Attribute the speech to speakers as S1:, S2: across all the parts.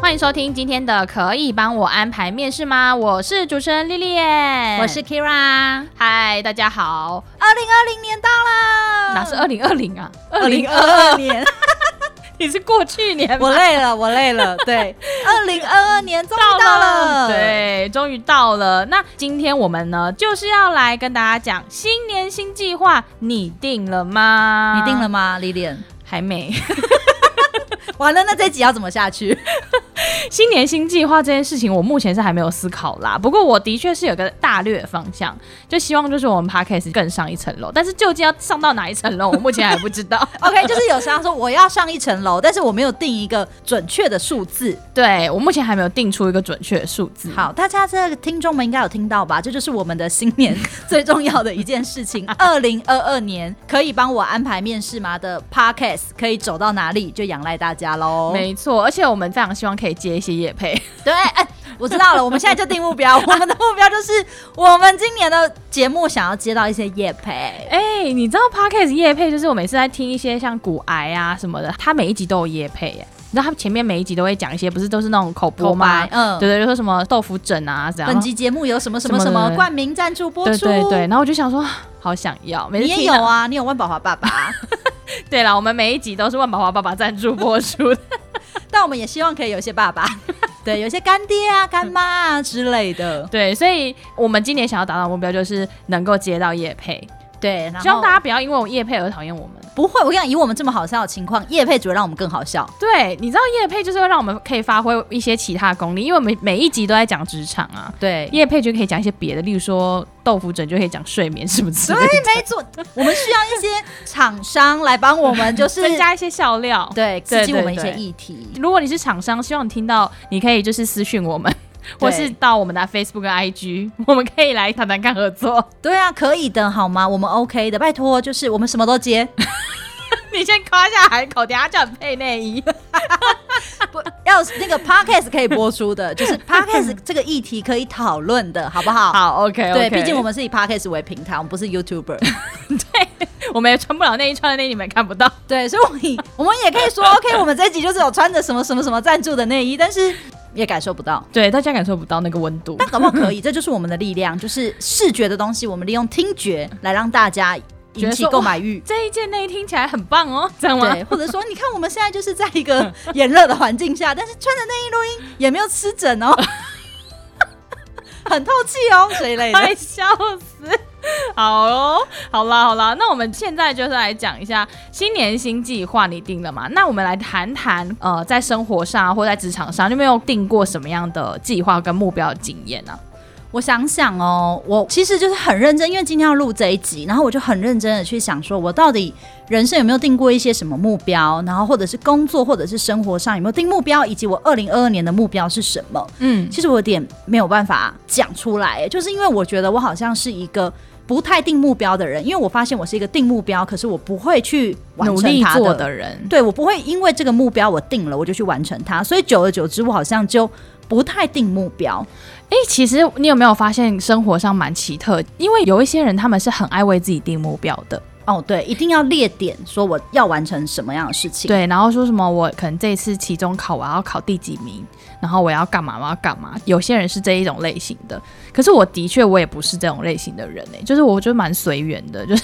S1: 欢迎收听今天的《可以帮我安排面试吗》？我是主持人莉莉安，
S2: 我是 Kira，
S1: 嗨，大家好。
S2: 二零二零年到啦，
S1: 哪是二零二零啊？
S2: 二零二二 年？
S1: 你是过去年吧
S2: 我累了，我累了。对，二零二二年终于到了，，
S1: 对，终于到了。那今天我们呢，就是要来跟大家讲新年新计划，你定了吗？
S2: 你定了？吗，Lilian？
S1: 还没。
S2: 完了，那这集要怎么下去？
S1: 新年新计划这件事情，我目前是还没有思考啦。不过我的确是有个大略方向，就希望就是我们 podcast 更上一层楼。但是究竟要上到哪一层楼，我目前还不知 道。
S2: OK，就是有时候说我要上一层楼，但是我没有定一个准确的数字。
S1: 对我目前还没有定出一个准确的数字。
S2: 好，大家这个听众们应该有听到吧？这就是我们的新年 最重要的一件事情。 二零二二年可以帮我安排面试吗的 Podcast 可以走到哪里，就仰赖大家喽。
S1: 没错，而且我们非常希望可以接一些 业配。
S2: 对，哎、我知道了，我们现在就定目 标，我们的目标就是我们今年的节目想要接到一些业配。
S1: 哎、你知道 podcast 业配就是我每次在听一些像骨癌啊什么的，它每一集都有业配耶。你知道他前面每一集都会讲一些，不是都是那种口播吗？
S2: 口白嗯
S1: 对对，就说什么豆腐枕啊这样。
S2: 本集节目由什么什么
S1: 什
S2: 什
S1: 么
S2: 么冠名赞助播
S1: 对
S2: 出，
S1: 对对，然后我就想说，好想要，每次
S2: 你也
S1: 听到
S2: 有啊，你有万宝华爸爸。
S1: 对了，我们每一集都是万宝华爸爸赞助播出 的。
S2: 但我们也希望可以有一些爸爸， 对，有一些干爹啊、干妈啊之类的。
S1: 对，所以我们今年想要达到的目标就是能够接到叶配，
S2: 对，然后
S1: 希望大家不要因为我叶配而讨厌我们。
S2: 不会，我跟你讲，以我们这么好笑的情况，叶配只会让我们更好笑。
S1: 对，你知道叶配就是会让我们可以发挥一些其他功力，因为我们每一集都在讲职场啊，
S2: 对，
S1: 叶配就可以讲一些别的，例如说豆腐枕就可以讲睡眠什么之
S2: 对
S1: 类的，，
S2: 没错，我们需要一些厂商来帮我们， 就是
S1: 增加一些笑料。，
S2: 对刺激
S1: 对
S2: 我们一些
S1: 对
S2: 议题。
S1: 如果你是厂商，希望你听到，你可以就是私讯我们， 或
S2: 对
S1: 是到我们的 Facebook 跟 IG，我 们可以来谈谈看合作。
S2: 对啊，可以的，好吗？我们 OK 的，拜托，就是我们什么都接，
S1: 你先夸下海口，等一下叫你配内衣。
S2: 要是那个 Podcast 可以播出的，就是 Podcast 这个议题可以讨论的，好不好？
S1: 好，OK，
S2: 对，毕竟我
S1: 们
S2: 们是以 Podcast 为平台，我们不是 YouTuber。
S1: 我们也穿不了内衣，穿的内衣你们也看不到。
S2: 对，所以我们也我们也可以说，OK，我们这一集就是有穿着什么什么什么赞助的内衣，但是也感受不到。
S1: 对，大家感受不到那个温度
S2: 但搞不好可以，这就是我们的力量，就是视觉的东西，我们利用听觉来让大家
S1: 觉
S2: 引
S1: 得
S2: 起
S1: 说
S2: 购买 欲。
S1: 这一件内衣听起来很棒哦，这样吗？
S2: 对，或者说，你看我们现在就是在一个炎热的环境下，但是穿着内衣录音也没有湿疹哦，很透气哦，这一 类的。
S1: 快笑死！好哦，好啦好啦，那我们现在就是来讲一下新年新计划，你定了吗？那我们来谈谈，呃，在生活上啊或在职场上，你有没有定过什么样的计划跟目标的经验啊呢、
S2: 我想想哦，我其实就是很认真，因为今天要录这一集，然后我就很认真的去想，说我到底人生有没有定过一些什么目标，然后或者是工作或者是生活上有没有定目标，以及我二零二二年的目标是什么。
S1: 嗯，
S2: 其实我有点没有办法讲出来，就是因为我觉得我好像是一个不太定目标的人，因为我发现我是一个定目标，可是我不会去完
S1: 努
S2: 成
S1: 力
S2: 它
S1: 做的人，
S2: 对我不会因为这个目标我定了我就去完成它，所以久而久之我好像就不太定目标。
S1: 哎、其实你有没有发现生活上蛮奇特？因为有一些人他们是很爱为自己定目标的，
S2: 哦，对，一定要列点，说我要完成什么样的事情。，
S1: 对，然后说什么我可能这一次期中考我要考第几名，然后我要干嘛我要干嘛。有些人是这一种类型的，可是我的确我也不是这种类型的人哎、就是我就蛮随缘的，就是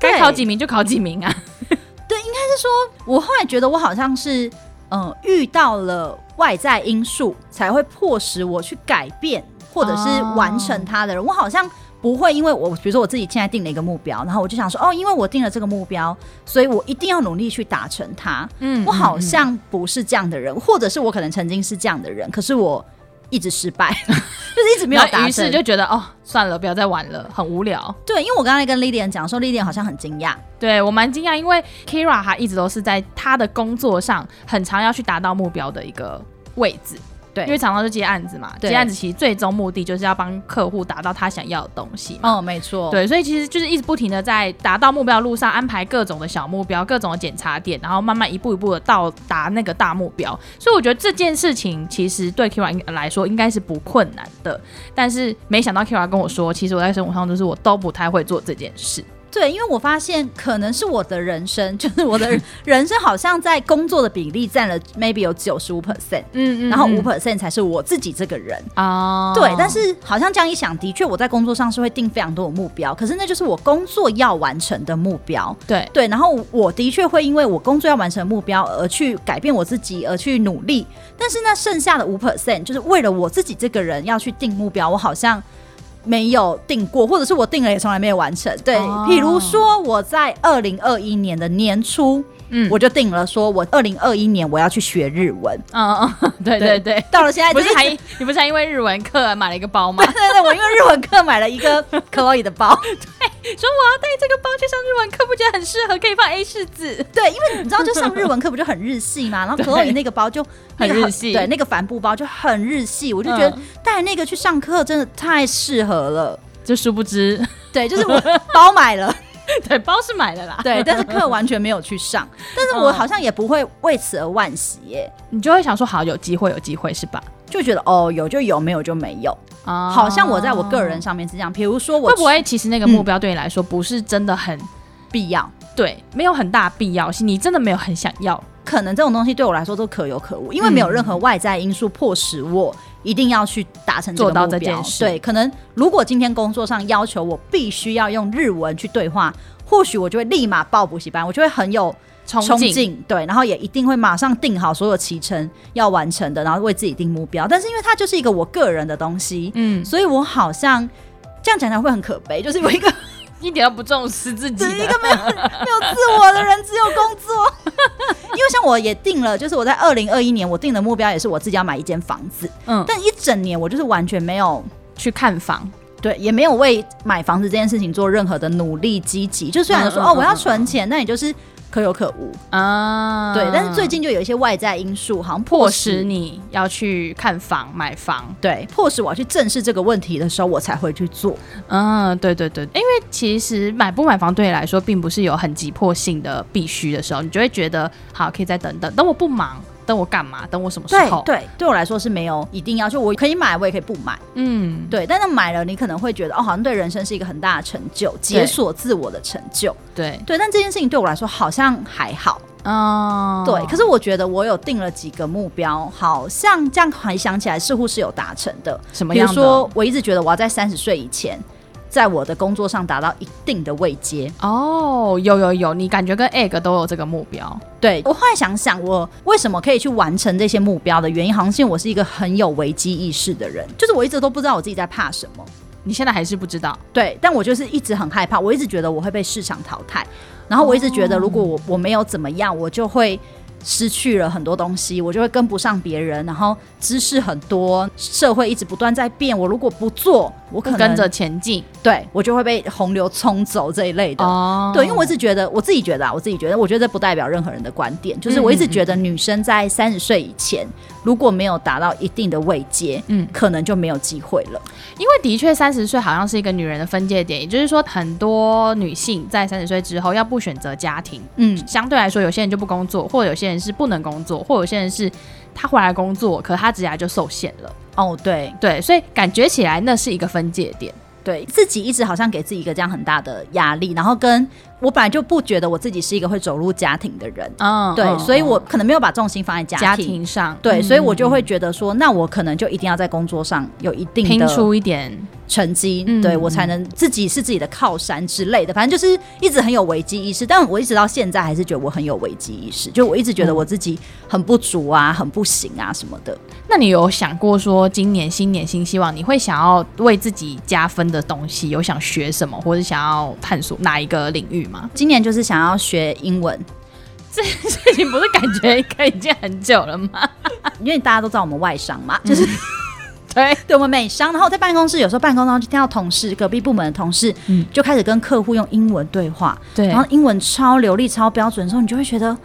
S1: 该考几名就考几名啊。
S2: 我后来觉得我好像是，嗯、遇到了外在因素才会迫使我去改变或者是完成它的人。我好像不会因为我，比如说我自己现在定了一个目标，然后我就想说，哦，因为我定了这个目标，所以我一定要努力去达成它。
S1: 嗯
S2: 我好像不是这样的人，或者是我可能曾经是这样的人，可是我一直失败， 就是一直没有
S1: 然后
S2: 达
S1: 于是
S2: 成。
S1: 就觉得哦，算了，不要再玩了，很无聊。
S2: 对，因为我刚才跟 Lilian 讲说，Lilian 好像很惊讶，
S1: 对我蛮惊讶，因为 Kira 她一直都是在她的工作上很常要去达到目标的一个位置。
S2: 对
S1: 因为厂商就接案子嘛，
S2: 对
S1: 接案子其实最终目的就是要帮客户达到他想要的东西嘛。
S2: 嗯，没错，，
S1: 对，所以其实就是一直不停的在达到目标路上安排各种的小目标、各种的检查点，然后慢慢一步一步的到达那个大目标。所以我觉得这件事情其实对 Kira 来说应该是不困难的，但是没想到 Kira 跟我说，其实我在生活上就是我都不太会做这件事。
S2: 对，因为我发现可能是我的人生， 就是我的人生好像在工作的比例占了 maybe 有九十五 percent，
S1: 嗯
S2: 然后五 percent 才是我自己这个人。
S1: 啊
S2: 对，但是好像这样一想，的确我在工作上是会定非常多的目标，可是那就是我工作要完成的目标。
S1: 对
S2: 对，然后我的确会因为我工作要完成的目标而去改变我自己，而去努力。但是呢，剩下的五 percent 就是为了我自己这个人要去定目标，我好像没有定过，或者是我定了也从来没有完成。对，
S1: 哦
S2: 比如说我在二零二一年的年初，
S1: 嗯
S2: 我就定了说我二零二一年我要去学日文。
S1: 嗯嗯，对对对。
S2: 到了现在
S1: 不
S2: 就是
S1: 还
S2: 对
S1: 你不是还因为日文课买了一个包吗？
S2: 对对，我因为日文课买了一个 Chloe 的包，
S1: 说我要带这个包去上日文课，不觉得很适合？可以放 A 四纸。
S2: 对，因为你知道，就上日文课不就很日系 嘛，然后 Chloe 那个包就那个
S1: 很日系
S2: 对，那个帆布包就很日系，我就觉得
S1: 嗯
S2: 带那个去上课真的太适合了。
S1: 就殊不知，
S2: 对，就是我 包买了，
S1: 对，包是买的啦。
S2: 对，但是课完全没有去上， 但是我
S1: 嗯
S2: 好像也不会为此而惋惜耶，
S1: 你就会想说，好，有机会，有机会是吧？
S2: 就觉得哦，有就有，没有就没有。
S1: 啊
S2: 好像我在我个人上面是这样，比如说我
S1: 会不会其实嗯那个目标对你来说不是真的很、
S2: 必要，
S1: 对，没有很大必要性，你真的没有很想要。
S2: 可能这种东西对我来说都可有可无，因为没有任何外在因素迫使我一定要去达成个
S1: 做到
S2: 目
S1: 这件
S2: 标
S1: 事
S2: 对，可能如果今天工作上要求我必须要用日文去对话，或许我就会立马报补习班，我就会很有
S1: 憧
S2: 冲
S1: 憬
S2: 劲，对，然后也一定会马上定好所有骑程要完成的，然后为自己定目标。但是因为它就是一个我个人的东西，
S1: 嗯，
S2: 所以我好像这样讲起来会很可悲，就是我一个
S1: 一点都不重视自己
S2: 只一
S1: 的
S2: 个没有没有自我的人，只有工 作。因为像我也定了，就是我在二零二一年我定的目标也是我自己要买一间房子，
S1: 嗯
S2: 但一整年我就是完全没有
S1: 去看房，
S2: 对，也没有为买房子这件事情做任何的努力积极。就虽然说
S1: 嗯嗯
S2: 哦
S1: 嗯
S2: 我要
S1: 嗯
S2: 存钱，那也就是可有可无。
S1: 啊
S2: 对，但是最近就有一些外在因素，好像
S1: 迫
S2: 迫
S1: 使
S2: 使
S1: 你要去看房、买房。
S2: 对迫使我要去正视这个问题的时候，我才会去做。
S1: 嗯，对对对，因为其实买不买房对你来说，并不是有很急迫性的必须的时候，你就会觉得好，可以再等等，等我不忙，等我干嘛？等我什么时
S2: 对
S1: 候？，
S2: 对，对我来说是没有一定要，就我可以买，我也可以不买。
S1: 嗯，
S2: 对，但是买了你可能会觉得哦，好像对人生是一个很大的成就，解锁自我的成就。
S1: 对，
S2: 对，但这件事情对我来说好像还好。
S1: 嗯，
S2: 对，可是我觉得我有定了几个目标，好像这样回想起来似乎是有达成的。
S1: 什么
S2: 比
S1: 样
S2: 如
S1: 的？
S2: 说，我一直觉得我要在三十岁以前，在我的工作上达到一定的位阶。
S1: 哦，有有有，你感觉跟 egg 都有这个目标，
S2: 对我后来想想，我为什么可以去完成这些目标的原因，好像是因为我是一个很有危机意识的人，就是我一直都不知道我自己在怕什么。
S1: 你现在还是不知道。
S2: 对，但我就是一直很害怕，我一直觉得我会被市场淘汰，然后我一直觉得如
S1: 哦
S2: 果我我没有怎么样，我就会失去了很多东西，我就会跟不上别人，然后知识很多，社会一直不断在变，我如果不做，我可
S1: 不
S2: 能
S1: 跟着前进
S2: 对我就会被洪流冲走这一类的。
S1: 哦
S2: 对，因为我一直觉得，我自己觉得啊，我自己觉得，我觉得这不代表任何人的观点，就是
S1: 嗯
S2: 我一直觉得女生在三十岁以前，如果没有达到一定的位阶，
S1: 嗯
S2: 嗯，可能就没有机会了。
S1: 因为的确三十岁好像是一个女人的分界点，也就是说，很多女性在三十岁之后要不选择家庭，
S2: 嗯，
S1: 相对来说，有些人就不工作，或者有些人是不能工作，或者有些人是他回来工作，可他职涯就受限了。
S2: 哦，对，
S1: 对，所以感觉起来那是一个分界点。
S2: 对自己一直好像给自己一个这样很大的压力，然后跟我本来就不觉得我自己是一个会走入家庭的人，
S1: 嗯，
S2: 对，
S1: 嗯
S2: 所以
S1: 嗯
S2: 我可能没有把重心放在家庭。
S1: 家庭上，
S2: 对，
S1: 嗯
S2: 所以我就会觉得说，那我可能就一定要在工作上有一定
S1: 拼
S2: 的
S1: 出一点
S2: 成绩，
S1: 嗯
S2: 对我才能自己是自己的靠山之类的。反正就是一直很有危机意识，但我一直到现在还是觉得我很有危机意识，就我一直觉
S1: 嗯
S2: 得我自己很不足啊，很不行啊什么的。
S1: 那你有想过说，今年新年新希望，你会想要为自己加分的东西，有想学什么，或者想要探索哪一个领域吗？
S2: 今年就是想要学英文，
S1: 这件事情 不是感觉可以已经很久了吗？
S2: 啊因为大家都知道我们外商嘛，就是
S1: 对，
S2: 对我们美商，然后在办公室有时候办公，然后就听到同事隔壁部门的同事，
S1: 嗯
S2: 就开始跟客户用英文对话，
S1: 对
S2: 然后英文超流利、超标准的时候，你就会觉得，哦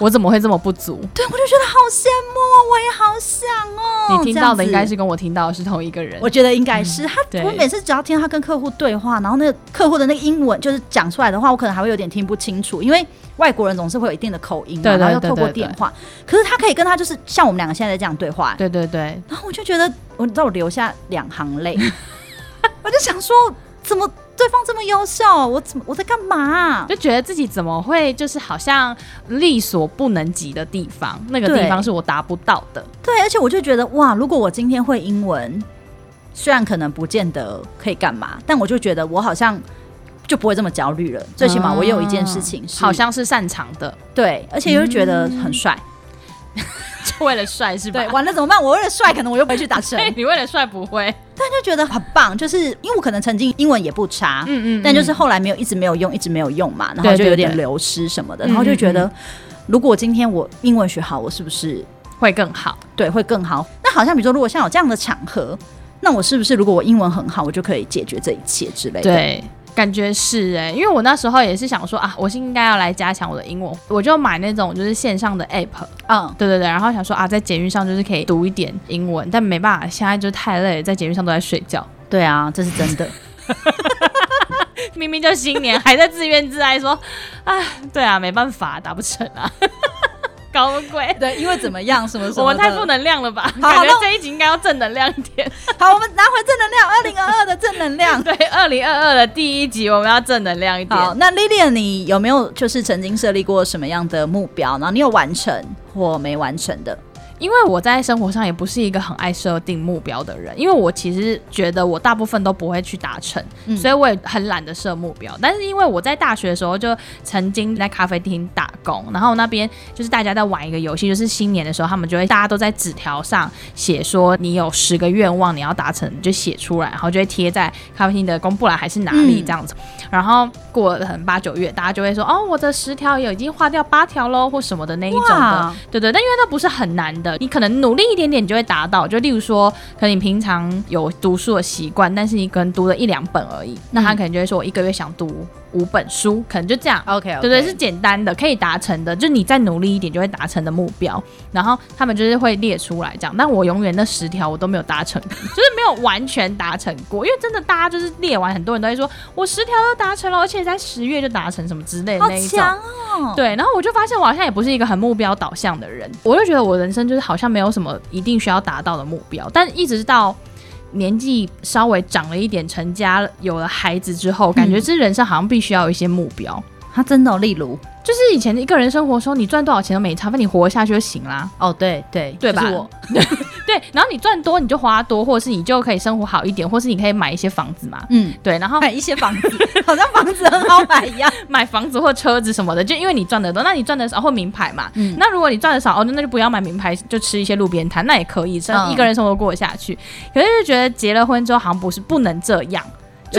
S1: 我怎么会这么不足？
S2: 对我就觉得好羡慕哦，我也好想哦。
S1: 你听到的应该
S2: 这样子。
S1: 是跟我听到的是同一个人。
S2: 我觉得应该是他，
S1: 对
S2: 我每次只要听到他跟客户对话，然后那个客户的那个英文就是讲出来的话，我可能还会有点听不清楚，因为外国人总是会有一定的口音嘛，
S1: 对对
S2: 然后又
S1: 对
S2: 透过
S1: 对对
S2: 电话，可是他可以跟他就是像我们两个现在这样对话，
S1: 对对对，
S2: 然后我就觉得，我你知道我流下两行泪， 我就想说，怎么对方这么优秀，我怎么我在干嘛啊、
S1: 就觉得自己怎么会就是好像力所不能及的地方，那个地
S2: 对
S1: 方是我达不到的。
S2: 对，而且我就觉得哇，如果我今天会英文，虽然可能不见得可以干嘛，但我就觉得我好像就不会这么焦虑了。最起码我有一件事情是、
S1: 嗯啊好像是擅长 的，
S2: 对，而且又觉得很帅。
S1: 就为了帅是吧？
S2: 对，完了怎么办？我为了帅，可能我又不会去 打针，
S1: 哎你为了帅不会，
S2: 但就觉得很棒，就是因为我可能曾经英文也不差，
S1: 嗯
S2: 但就是后来没有一直没有用，一直没有用嘛，然后
S1: 对
S2: 就
S1: 对
S2: 有点
S1: 对
S2: 流失什么的，
S1: 嗯
S2: 然后就觉
S1: 嗯
S2: 得，如果今天我英文学好，我是不是
S1: 嗯会更好。
S2: 对会更好？那好像比如说，如果像有这样的场合，那我是不是如果我英文很好，我就可以解决这一切之类的？，
S1: 对。感觉是哎、因为我那时候也是想说啊，我是应该要来加强我的英文，我就买那种就是线上的 app，
S2: 嗯，
S1: 对对对，然后想说啊，在捷运上就是可以读一点英文，但没办法，现在就太累了，在捷运上都在睡觉。
S2: 对啊，这是真的。
S1: 明明就新年，还在自怨自艾说， 哎，对啊，没办法，打不成啊， 搞什么鬼？
S2: 对，因为怎么样，什么
S1: 我们太负能量了吧？
S2: 好
S1: 感觉
S2: 那
S1: 这一集应该要正能量一点。
S2: 好，我们拿回正能量，二零二二的正能 量。
S1: 对，二零二二的第一集我们要正能量一点。
S2: 好，那 Lilian，你有没有就是曾经设立过什么样的目标？然后你有完成或没完成的？
S1: 因为我在生活上也不是一个很爱设定目标的人，因为我其实觉得我大部分都不会去达成，
S2: 嗯
S1: 所以我也很懒得设目标。但是因为我在大学的时候就曾经在咖啡厅打工，然后那边就是大家在玩一个游戏，就是新年的时候他们就会大家都在纸条上写说你有十个愿望你要达成，你就写出来，然后就会贴在咖啡厅的公布栏还是哪里
S2: 嗯
S1: 这样子。然后过了很八九月，大家就会说哦，我的十条也已经划掉八条喽，或什么的那一种的。
S2: 哇
S1: 对对，但因为那不是很难的，你可能努力一点点，你就会达到。就例如说，可能你平常有读书的习惯，但是你可能读了一两本而已，那他可能就会说，我一个月想读五本书，可能就这样。
S2: OK，, o
S1: 对对，是简单的，可以达成的，就你再努力一点就会达成的目标。然后他们就是会列出来这样，但我永远那十条我都没有达成，就是没有完全达成过。因为真的大家就是列完，很多人都会说我十条都达成了，而且在十月就达成什么之类的
S2: 好
S1: 那一种。
S2: 强哦。
S1: 对，然后我就发现我好像也不是一个很目标导向的人，我就觉得我人生就是好像没有什么一定需要达到的目标，但一直到年纪稍微长了一点，成家了，有了孩子之后，感觉
S2: 嗯
S1: 这人生好像必须要有一些目标。
S2: 他真的、哦，例如，
S1: 就是以前一个人生活的时候，你赚多少钱都没差，反正你活下去就行啦。
S2: 哦，对对
S1: 对吧
S2: 就是我
S1: 对，然后你赚多你就花多，或者是你就可以生活好一点，或是你可以买一些房子嘛。
S2: 嗯，
S1: 对，然后
S2: 买一些房子， 好像房子很好买一样。
S1: 买房子或车子什么的，就因为你赚的多，那你赚的少或名牌嘛。
S2: 嗯
S1: 那如果你赚的少，哦，那那就不要买名牌，就吃一些路边摊，那也可以，生
S2: 嗯
S1: 一个人生活过得下去。可是就觉得结了婚之后，好像不是不能这样，就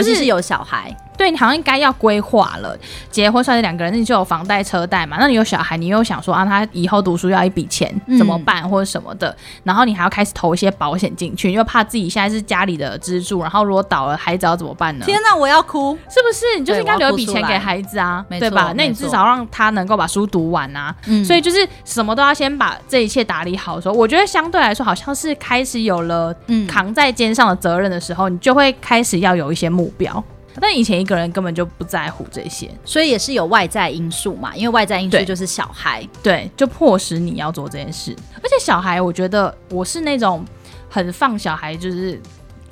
S2: 就是嗯是有小孩，
S1: 对你好像应该要规划了。结婚算是两个人，那你就有房贷、车贷嘛。那你有小孩，你又想说啊，他以后读书要一笔钱
S2: 嗯
S1: 怎么办，或者什么的，然后你还要开始投一些保险进去，又怕自己现在是家里的支柱，然后如果倒了，孩子要怎么办呢？
S2: 天哪，我要哭！
S1: 是不是？你就是应该
S2: 对我
S1: 留
S2: 要
S1: 一笔
S2: 哭
S1: 钱
S2: 出
S1: 给
S2: 来
S1: 孩子啊，
S2: 没
S1: 对吧
S2: 错？
S1: 那你
S2: 没
S1: 至
S2: 错
S1: 少让他能够把书读完啊。
S2: 嗯
S1: 所以就是什么都要先把这一切打理好的时候，我觉得相对来说好像是开始有了
S2: 嗯
S1: 扛在肩上的责任的时候，你就会开始要有一些目标。但以前一个人根本就不在乎这些，
S2: 所以也是有外在因素嘛，因为外在因素
S1: 对
S2: 就是小孩，
S1: 对，就迫使你要做这件事。而且小孩，我觉得我是那种很放小孩，就是。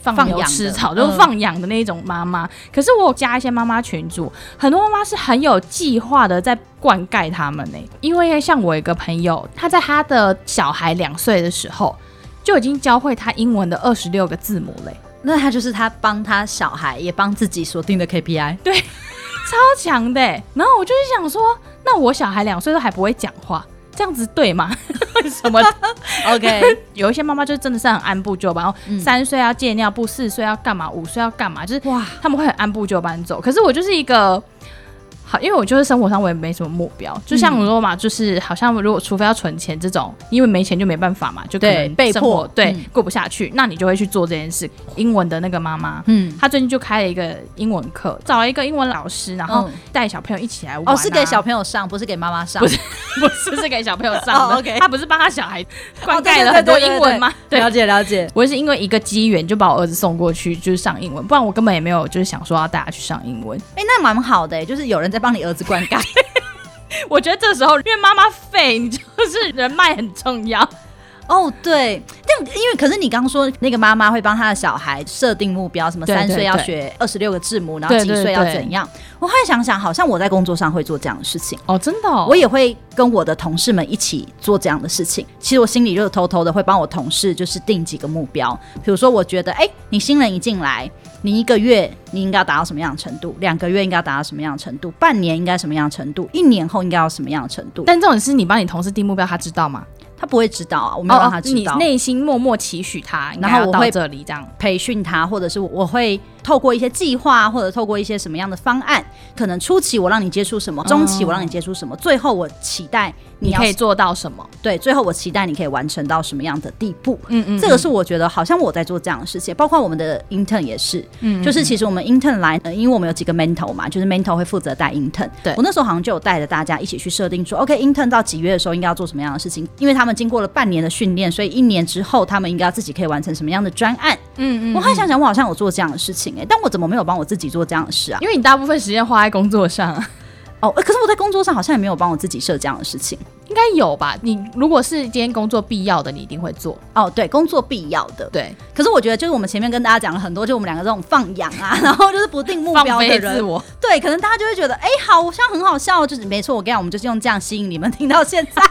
S1: 放
S2: 放
S1: 牛
S2: 养
S1: 吃
S2: 的
S1: 草就是
S2: 嗯
S1: 放养的那一种妈妈，可是我有加一些妈妈群组，很多妈妈是很有计划的在灌溉他们呢、欸因为像我有一个朋友，她在她的小孩两岁的时候就已经教会他英文的二十六个字母嘞、
S2: 那他就是他帮他小孩，也帮自己锁定的 KPI。
S1: 超强的欸、然后我就是想说，那我小孩两岁都还不会讲话，这样子对吗？什么
S2: OK，
S1: 有一些妈妈就真的是很按部就班，哦
S2: 嗯
S1: 三岁要戒尿布，四岁要干嘛，五岁要干嘛，就是
S2: 哇，
S1: 他们会很按部就班走。可是我就是一个好，因为我就是生活上我也没什么目标，
S2: 嗯
S1: 就像我说嘛，就是好像如果除非要存钱这种，因为没钱就没办法嘛，就可
S2: 对
S1: 能
S2: 被
S1: 生活
S2: 迫
S1: 对
S2: 嗯
S1: 过不下去，那你就会去做这件事。英文的那个妈妈，
S2: 嗯，
S1: 她最近就开了一个英文课，找了一个英文老师，然后
S2: 嗯
S1: 带小朋友一起来玩、啊。
S2: 哦，是给小朋友上，不是给妈妈上，
S1: 不是 不是是给小朋友上 的、
S2: 哦，OK
S1: 他不是帮他小孩灌
S2: 哦对
S1: 溉了
S2: 对
S1: 很
S2: 对
S1: 多
S2: 对
S1: 英文吗？对
S2: 了解了解，
S1: 我也是因为一个机缘就把我儿子送过去，就是上英文，不然我根本也没有就是想说要带他去上英文。
S2: 哎、那蛮好的、就是有人在帮你儿子灌溉。
S1: 我觉得这时候因为妈妈废，你就是人脉很重要。
S2: 哦，对，但因为可是你刚说那个妈妈会帮她的小孩设定目标，什么
S1: 对对
S2: 三岁要
S1: 对
S2: 学二十六个字母，然后
S1: 对
S2: 几
S1: 对
S2: 岁要
S1: 对
S2: 怎样。我后来想想，好像我在工作上会做这样的事情，
S1: 哦，真的、哦
S2: 我也会跟我的同事们一起做这样的事情。其实我心里就偷偷的会帮我同事就是定几个目标，比如说我觉得，哎，你新人一进来。你一个月你应该要达到什么样的程度？两个月应该要达到什么样的程度？半年应该什么样的程度？一年后应该要什么样的程度？
S1: 但这种是你帮你同事定目标，他知道吗？
S2: 他不会知道啊，我没有让他知
S1: 哦你
S2: 道。
S1: 内心默默期许他，应该
S2: 然后
S1: 要
S2: 我
S1: 到
S2: 会
S1: 这里这样。
S2: 培训他，或者是我会透过一些计划，或者透过一些什么样的方案，可能初期我让你接触什么，中期我让你接触什么，最后我期待你
S1: 哦你
S2: 要
S1: 可以做到什么？
S2: 对，最后我期待你可以完成到什么样的地步。
S1: 嗯嗯
S2: 这个是我觉得好像我在做这样的事情，包括我们的 intern 也是，
S1: 嗯
S2: 就是其实我们 intern 来，呃，因为我们有几个 mentor 嘛，就是 mentor 会负责带 intern。
S1: 对
S2: 我那时候好像就有带着大家一起去设定说，OK，intern 到几月的时候应该要做什么样的事情，因为他们经过了半年的训练，所以一年之后他们应该要自己可以完成什么样的专案。
S1: 嗯
S2: 我后来想想，我好像有做这样的事情哎、但我怎么没有帮我自己做这样的事啊？
S1: 因为你大部分时间花在工作上啊，
S2: 哦，呃可是我在工作上好像也没有帮我自己设这样的事情。
S1: 应该有吧？你如果是今天工作必要的，你一定会做。
S2: 哦，对，工作必要的。
S1: 对，
S2: 可是我觉得，就是我们前面跟大家讲了很多，就我们两个这种放养啊， 然后就是不定目标的
S1: 放飞自
S2: 人，
S1: 我。
S2: 对，可能大家就会觉得，哎、好，好像很好笑哦，就是没错。我跟你讲，我们就是用这样吸引你们听到现在。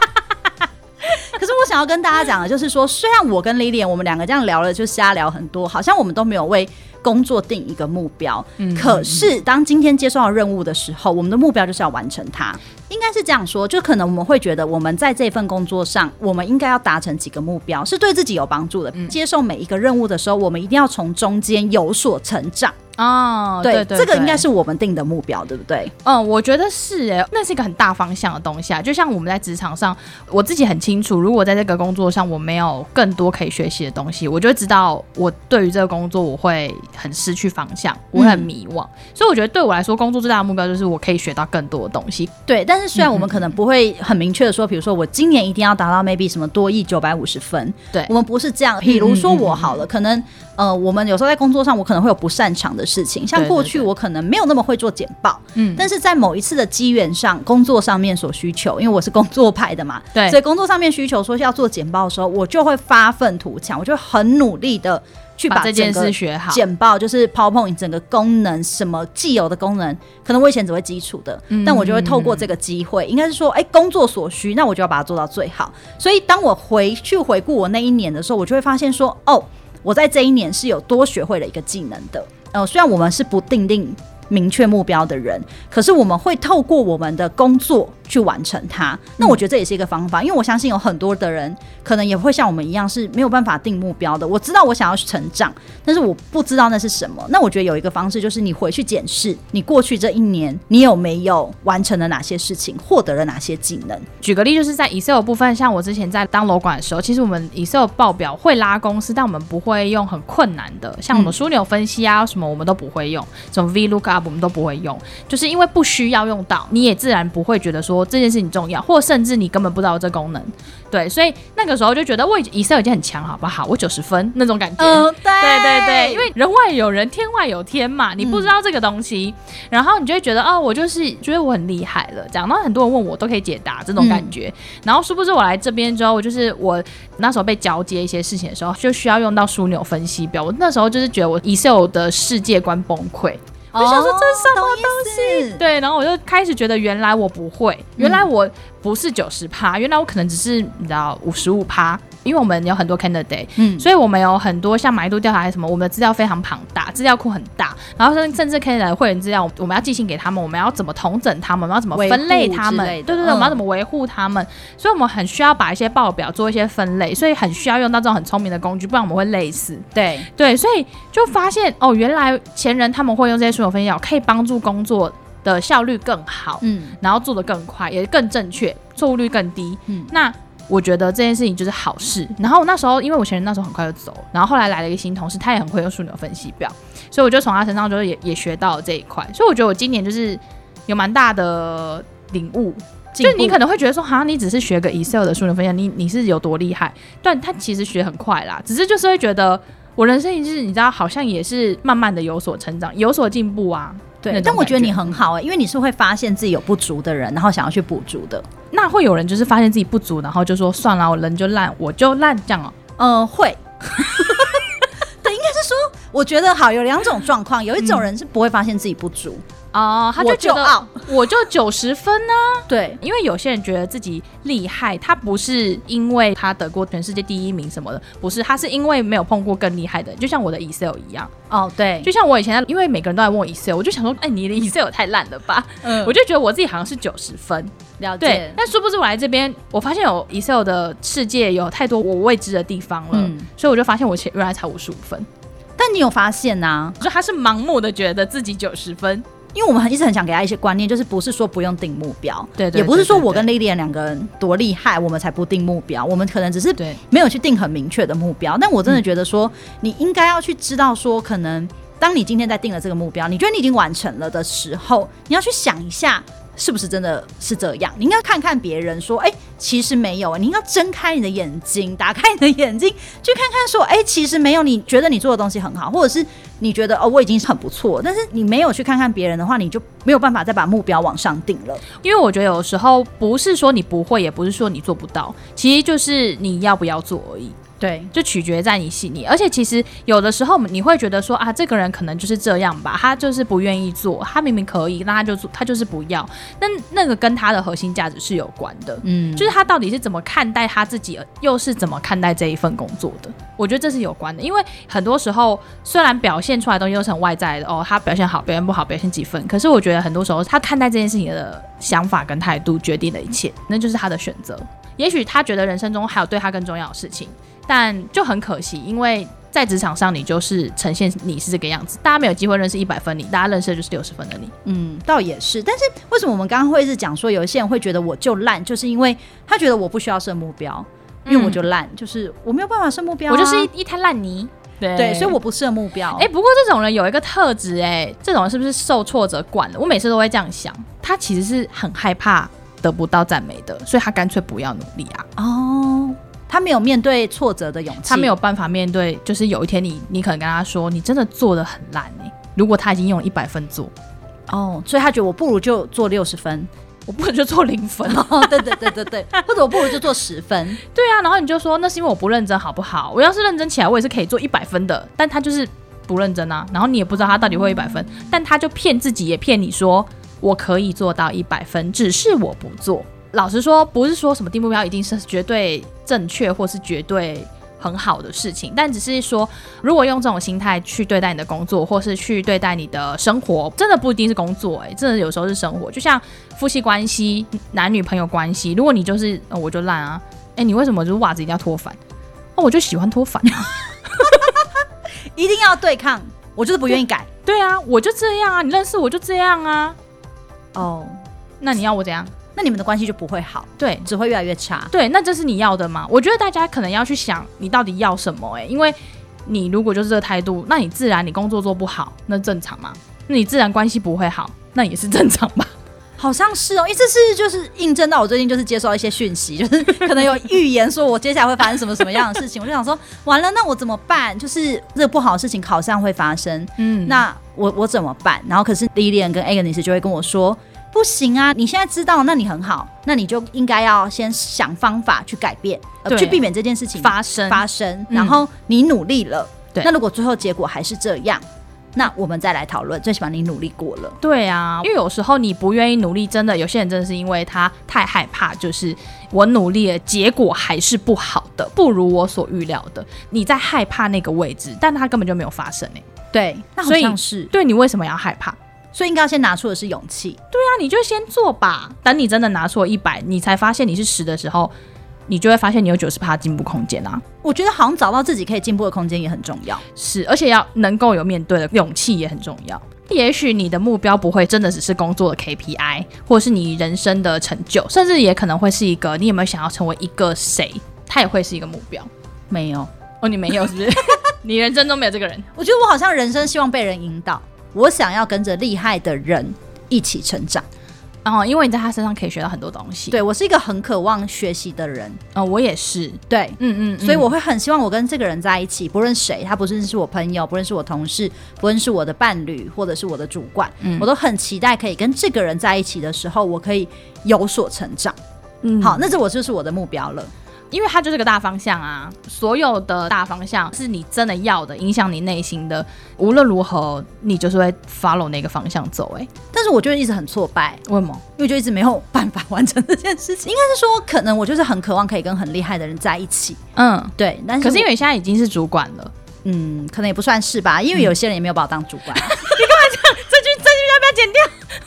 S2: 可是我想要跟大家讲的，就是说，虽然我跟 Lilian 我们两个这样聊了，就瞎聊很多，好像我们都没有为工作定一个目标。可是当今天接受到任务的时候，我们的目标就是要完成它。应该是这样说，就可能我们会觉得，我们在这份工作上，我们应该要达成几个目标，是对自己有帮助的。接受每一个任务的时候，我们一定要从中间有所成长。
S1: 哦，对对，
S2: 这个应该
S1: 是。
S2: 是我们定的目标，对不对？
S1: 嗯，我觉得是诶、那是一个很大方向的东西啊。就像我们在职场上，我自己很清楚，如果在这个工作上我没有更多可以学习的东西，我就会知道我对于这个工作我会很失去方向，我会很迷惘。所以我觉得对我来说，工作最大的目标就是我可以学到更多的东西。
S2: 对，但是虽然我们可能不会很明确的说，比如说我今年一定要达到 maybe 什么多亿九百五十分，
S1: 对嗯
S2: 我们不是这样。比如说我好了，可能呃，我们有时候在工作上，我可能会有不擅长的事情，像
S1: 对对
S2: 过去
S1: 对
S2: 我可能没有那么会做简报，
S1: 嗯
S2: 但是在某一次的机缘上，工作上面所需求，因为我是工作派的嘛，
S1: 对
S2: 所以工作上面需求说要做简报的时候，我就会发愤图强，我就很努力的去
S1: 把这件
S2: 整个
S1: 事学好，
S2: 简报就是 PowerPoint 整个功能，什么既有的功能，可能我以前只会基础的，但我就会透过这个机会，应该是说，哎、工作所需，那我就要把它做到最好。所以当我回去回顾我那一年的时候，我就会发现说，哦，我在这一年是有多学会了一个技能的。呃，虽然我们是不定定明确目标的人，可是我们会透过我们的工作去完成它。那我觉得这也是一个方法，因为我相信有很多的人可能也会像我们一样是没有办法定目标的。我知道我想要去成长，但是我不知道那是什么。那我觉得有一个方式就是你回去检视你过去这一年你有没有完成了哪些事情，获得了哪些技能。
S1: 举个例，就是在 Excel 的部分，像我之前在当楼管的时候，其实我们 Excel 报表会拉公式，但我们不会用很困难的，像什么枢纽分析啊什么，我们都不会用，什么 VLOOKUP 我们都不会用，就是因为不需要用到，你也自然不会觉得说这件事情重要，或甚至你根本不知道这功能。对，所以那个时候就觉得我已 Excel 已经很强，好不好？我九十分那种感觉。
S2: 嗯，对
S1: 对对对，因为人外有人，天外有天嘛，你不知道这个东西，然后你就会觉得哦，我就是觉得我很厉害了，讲到很多人问我都可以解答这种感觉。然后殊不知我来这边之后，我就是我那时候被交接一些事情的时候，就需要用到枢纽分析表，我那时候就是觉得我 Excel 的世界观崩溃。
S2: 我
S1: 就想
S2: 这
S1: 说
S2: 是什么东西？
S1: 对，然后我就开始觉得原来我不会，原来我不是九十趴，原来我可能只是你知道五十五趴，因为我们有很多 candidate，
S2: 嗯
S1: 所以我们有很多像满度调查还是什么，我们的资料非常庞大，资料库很大，然后甚甚至 candidate 会员资料，我们要寄信给他们，我们要怎么统整他们，我们要怎么分类他们
S2: 维护之类，的
S1: 对对对，
S2: 嗯
S1: 我们要怎么维护他们，所以我们很需要把一些报表做一些分类，所以很需要用到这种很聪明的工具，不然我们会累死。
S2: 对，
S1: 对，所以就发现哦，原来前人他们会用这些枢纽分析表可以帮助工作。的效率更好，
S2: 嗯
S1: 然后做得更快，也更正确，错误率更低。
S2: 嗯
S1: 那我觉得这件事情就是好事。然后那时候，因为我前任那时候很快就走了，然后后来来了一个新同事，他也很会用枢纽分析表，所以我就从他身上就是也也学到了这一块。所以我觉得我今年就是有蛮大的领悟。
S2: 进
S1: 就
S2: 步
S1: 你可能会觉得说，好像你只是学个 Excel 的数学分析，你你是有多厉害？但他其实学很快啦，只是就是会觉得我人生就是你知道，好像也是慢慢的有所成长，有所进步啊。
S2: 对，
S1: 那种
S2: 但我觉得
S1: 感
S2: 你很好哎、因为你是会发现自己有不足的人，然后想要去补足的。
S1: 那会有人就是发现自己不足，然后就说算了，我人就烂，我就烂这样哦、
S2: 呃，会。 对，应该是说，我觉得好有两种状况，有一种
S1: 嗯
S2: 人是不会发现自己不足，
S1: 哦，他就
S2: 我
S1: 觉
S2: 就
S1: 得
S2: 傲
S1: 我就九十分呢、
S2: 对，
S1: 因为有些人觉得自己厉害，他不是因为他得过全世界第一名什么的，不是，他是因为没有碰过更厉害的人，就像我的 Excel 一样，
S2: 哦，对，
S1: 就像我以前在，因为每个人都在问我 Excel，我就想说，哎、你的 Excel 也太烂了吧，
S2: 嗯
S1: 我就觉得我自己好像是九十分，
S2: 了
S1: 嗯对，，但殊不知我来这边，我发现有 Excel 的世界有太多我未知的地方了，
S2: 嗯
S1: 所以我就发现我其原来才五十五分。
S2: 但你有发现啊呐、
S1: 就他是盲目的觉得自己九十分，
S2: 因为我们很一直很想给他一些观念，就是不是说不用定目标，
S1: 对对
S2: 也不是说我
S1: 对
S2: 跟 Lilian 两个人多厉害，我们才不定目标，我们可能只是
S1: 对
S2: 没有去定很明确的目标。但我真的觉得说，你应该要去知道说，可能当你今天在定了这个目标，你觉得你已经完成了的时候，你要去想一下。是不是真的是这样？你应该看看别人说，哎、其实没有。你应该睁开你的眼睛，打开你的眼睛，去看看说，哎、其实没有。你觉得你做的东西很好，或者是你觉得哦，我已经很不错，但是你没有去看看别人的话，你就没有办法再把目标往上定了。
S1: 因为我觉得有时候不是说你不会，也不是说你做不到，其实就是你要不要做而已，
S2: 对，
S1: 就取决在你心里。而且其实有的时候你会觉得说啊，这个人可能就是这样吧，他就是不愿意做，他明明可以，那他就做，他就是不要。那那个跟他的核心价值是有关的。
S2: 嗯，
S1: 就是他到底是怎么看待他自己，又是怎么看待这一份工作的？我觉得这是有关的，因为很多时候虽然表现出来的东西都是很外在的，哦，他表现好，表现不好，表现几分，可是我觉得很多时候他看待这件事情的想法跟态度决定了一切，那就是他的选择。也许他觉得人生中还有对他更重要的事情，但就很可惜，因为。在职场上，你就是呈现你是这个样子，大家没有机会认识一百分你，大家认识的就是六十分的你。
S2: 嗯，倒也是。但是为什么我们刚刚会是讲说，有一些人会觉得我就烂，就是因为他觉得我不需要设目标，因为我就烂，就是我没有办法设目标啊、
S1: 嗯我就是一一滩烂泥，对
S2: 对，所以我不设目标。
S1: 哎、不过这种人有一个特质、哎，这种人是不是受挫折惯了？我每次都会这样想，他其实是很害怕得不到赞美的，所以他干脆不要努力啊，
S2: 哦，他没有面对挫折的勇气，
S1: 他没有办法面对，就是有一天你你可能跟他说，你真的做的很烂哎、如果他已经用一百分做，
S2: 哦，所以他觉得我不如就做六十分。
S1: 我不能就做零分
S2: 哦，对对对对 对，或者我不如就做十分。
S1: 对啊，然后你就说那是因为我不认真好不好？我要是认真起来，我也是可以做一百分的，但他就是不认真啊。然后你也不知道他到底会一百分，但他就骗自己也骗你说我可以做到一百分，只是我不做。老实说，不是说什么定目标一定是绝对正确或是绝对很好的事情，但只是说，如果用这种心态去对待你的工作，或是去对待你的生活，真的不一定是工作、欸，真的有时候是生活。就像夫妻关系、男女朋友关系，如果你就是、呃我就烂啊，哎、你为什么就是袜子一定要脱反？哦，我就喜欢脱反、啊。
S2: 一定要对抗，我就是不愿意改。
S1: 对啊，我就这样啊，你认识我就这样啊，
S2: 哦，
S1: 那你要我怎样？
S2: 那你们的关系就不会好，
S1: 对
S2: 只会越来越差。
S1: 对，那这是你要的吗？我觉得大家可能要去想，你到底要什么、欸？因为你如果就是这个态度，那你自然你工作做不好，那正常嘛？那你自然关系不会好，那也是正常吧？
S2: 好像是哦，因为这是就是印证到我最近就是接收到一些讯息， 就是可能有预言说我接下来会发生什么什么样的事情，我就想说完了，那我怎么办？就是这个不好的事情好像会发生，
S1: 嗯，
S2: 那我我怎么办？然后可是 Lilian 跟 Agnes 就会跟我说。不行啊！你现在知道，那你很好，那你就应该要先想方法去改变，呃、
S1: 对啊
S2: 去避免这件事情
S1: 发生
S2: 发生。
S1: 嗯
S2: 然后你努力了，
S1: 对
S2: 那如果最后结果还是这样，那我们再来讨论。最起码你努力过了。
S1: 对啊，因为有时候你不愿意努力，真的有些人真的是因为他太害怕，就是我努力了，结果还是不好的，不如我所预料的。你在害怕那个位置，但它根本就没有发生诶、
S2: 对，那好
S1: 所以
S2: 像是，
S1: 对你为什么要害怕？
S2: 所以应该要先拿出的是勇气。
S1: 那你就先做吧。等你真的拿出一百，你才发现你是十的时候，你就会发现你有九十趴进步空间啊。
S2: 我觉得好像找到自己可以进步的空间也很重要。
S1: 是，而且要能够有面对的勇气也很重要。也许你的目标不会真的只是工作的 KPI，或是你人生的成就，甚至也可能会是一个你有没有想要成为一个谁，它也会是一个目标。
S2: 没有，
S1: 哦，你没有是不是？ 你人生都没有这个人。
S2: 我觉得我好像人生希望被人引导，我想要跟着厉害的人一起成长。
S1: 哦，因为你在他身上可以学到很多东西。，
S2: 对我是一个很渴望学习的人，
S1: 哦，我也是。
S2: 对，
S1: 嗯嗯，
S2: 所以我会很希望我跟这个人在一起，不论谁，他不论是我朋友，不论是我同事，不论是我的伴侣，或者是我的主管，
S1: 嗯
S2: 我都很期待可以跟这个人在一起的时候，我可以有所成长。
S1: 嗯
S2: 好，，那这我就是我的目标了。
S1: 因为它就是个大方向啊，所有的大方向是你真的要的，影响你内心的，无论如何你就是会 follow 那个方向走、欸。哎，
S2: 但是我就一直很挫败，
S1: 为什么？
S2: 因为就一直没有办法完成这件事情。应该是说，可能我就是很渴望可以跟很厉害的人在一起，
S1: 嗯，
S2: 对。但是
S1: 可是因
S2: 为
S1: 为你现在已经是主管 了，
S2: 嗯，可能也不算是吧，因为有些人也没有把我当主管。
S1: 这句这句要不 要剪掉？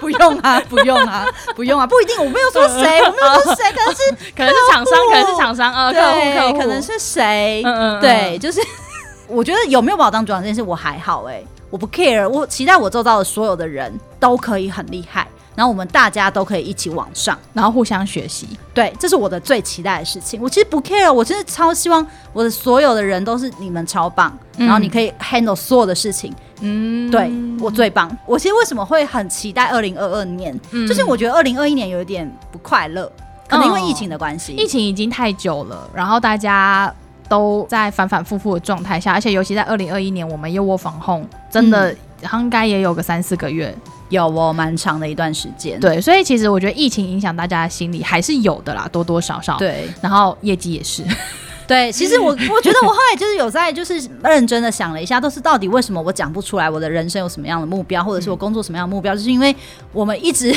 S2: 不用啊，不用 啊， 不用啊，不一定，我没有说 谁，我没有说谁，可能 是
S1: 可能是厂商，
S2: 客户
S1: 可能是厂商，呃，客户，客
S2: 对，
S1: 户，
S2: 可能是谁，
S1: 嗯，嗯嗯，
S2: 对，就是 我觉得有没有把我当主管这件事，我还好哎、我不 care，我期待我周遭的所有的人都可以很厉害，然后我们大家都可以一起往上。
S1: 然后互相学习。
S2: 对，这是我的最期待的事情。我其实不 care，我真的超希望我的所有的人都是你们超棒，
S1: 嗯
S2: 然后你可以 handle 所有的事情，
S1: 嗯，
S2: 对我最棒。我其实为什么会很期待二零二二年，
S1: 嗯
S2: 就是我觉得二零二一年有一点不快乐，可能因为疫情的关系。
S1: 哦疫情已经太久了，然后大家都在反反复复的状态下，而且尤其在二零二一年，我们又窝防控，真的、
S2: 嗯
S1: 应该也有个三四个月，
S2: 有哦，蛮长的一段时间。
S1: 对，所以其实我觉得疫情影响大家的心理还是有的啦，多多少少。，
S2: 对
S1: 然后业绩也是，
S2: 对，其实我我觉得我后来就是有在就是认真的想了一下，都是到底为什么我讲不出来我的人生有什么样的目标，或者是我工作什么样的目标，就是因为我们一直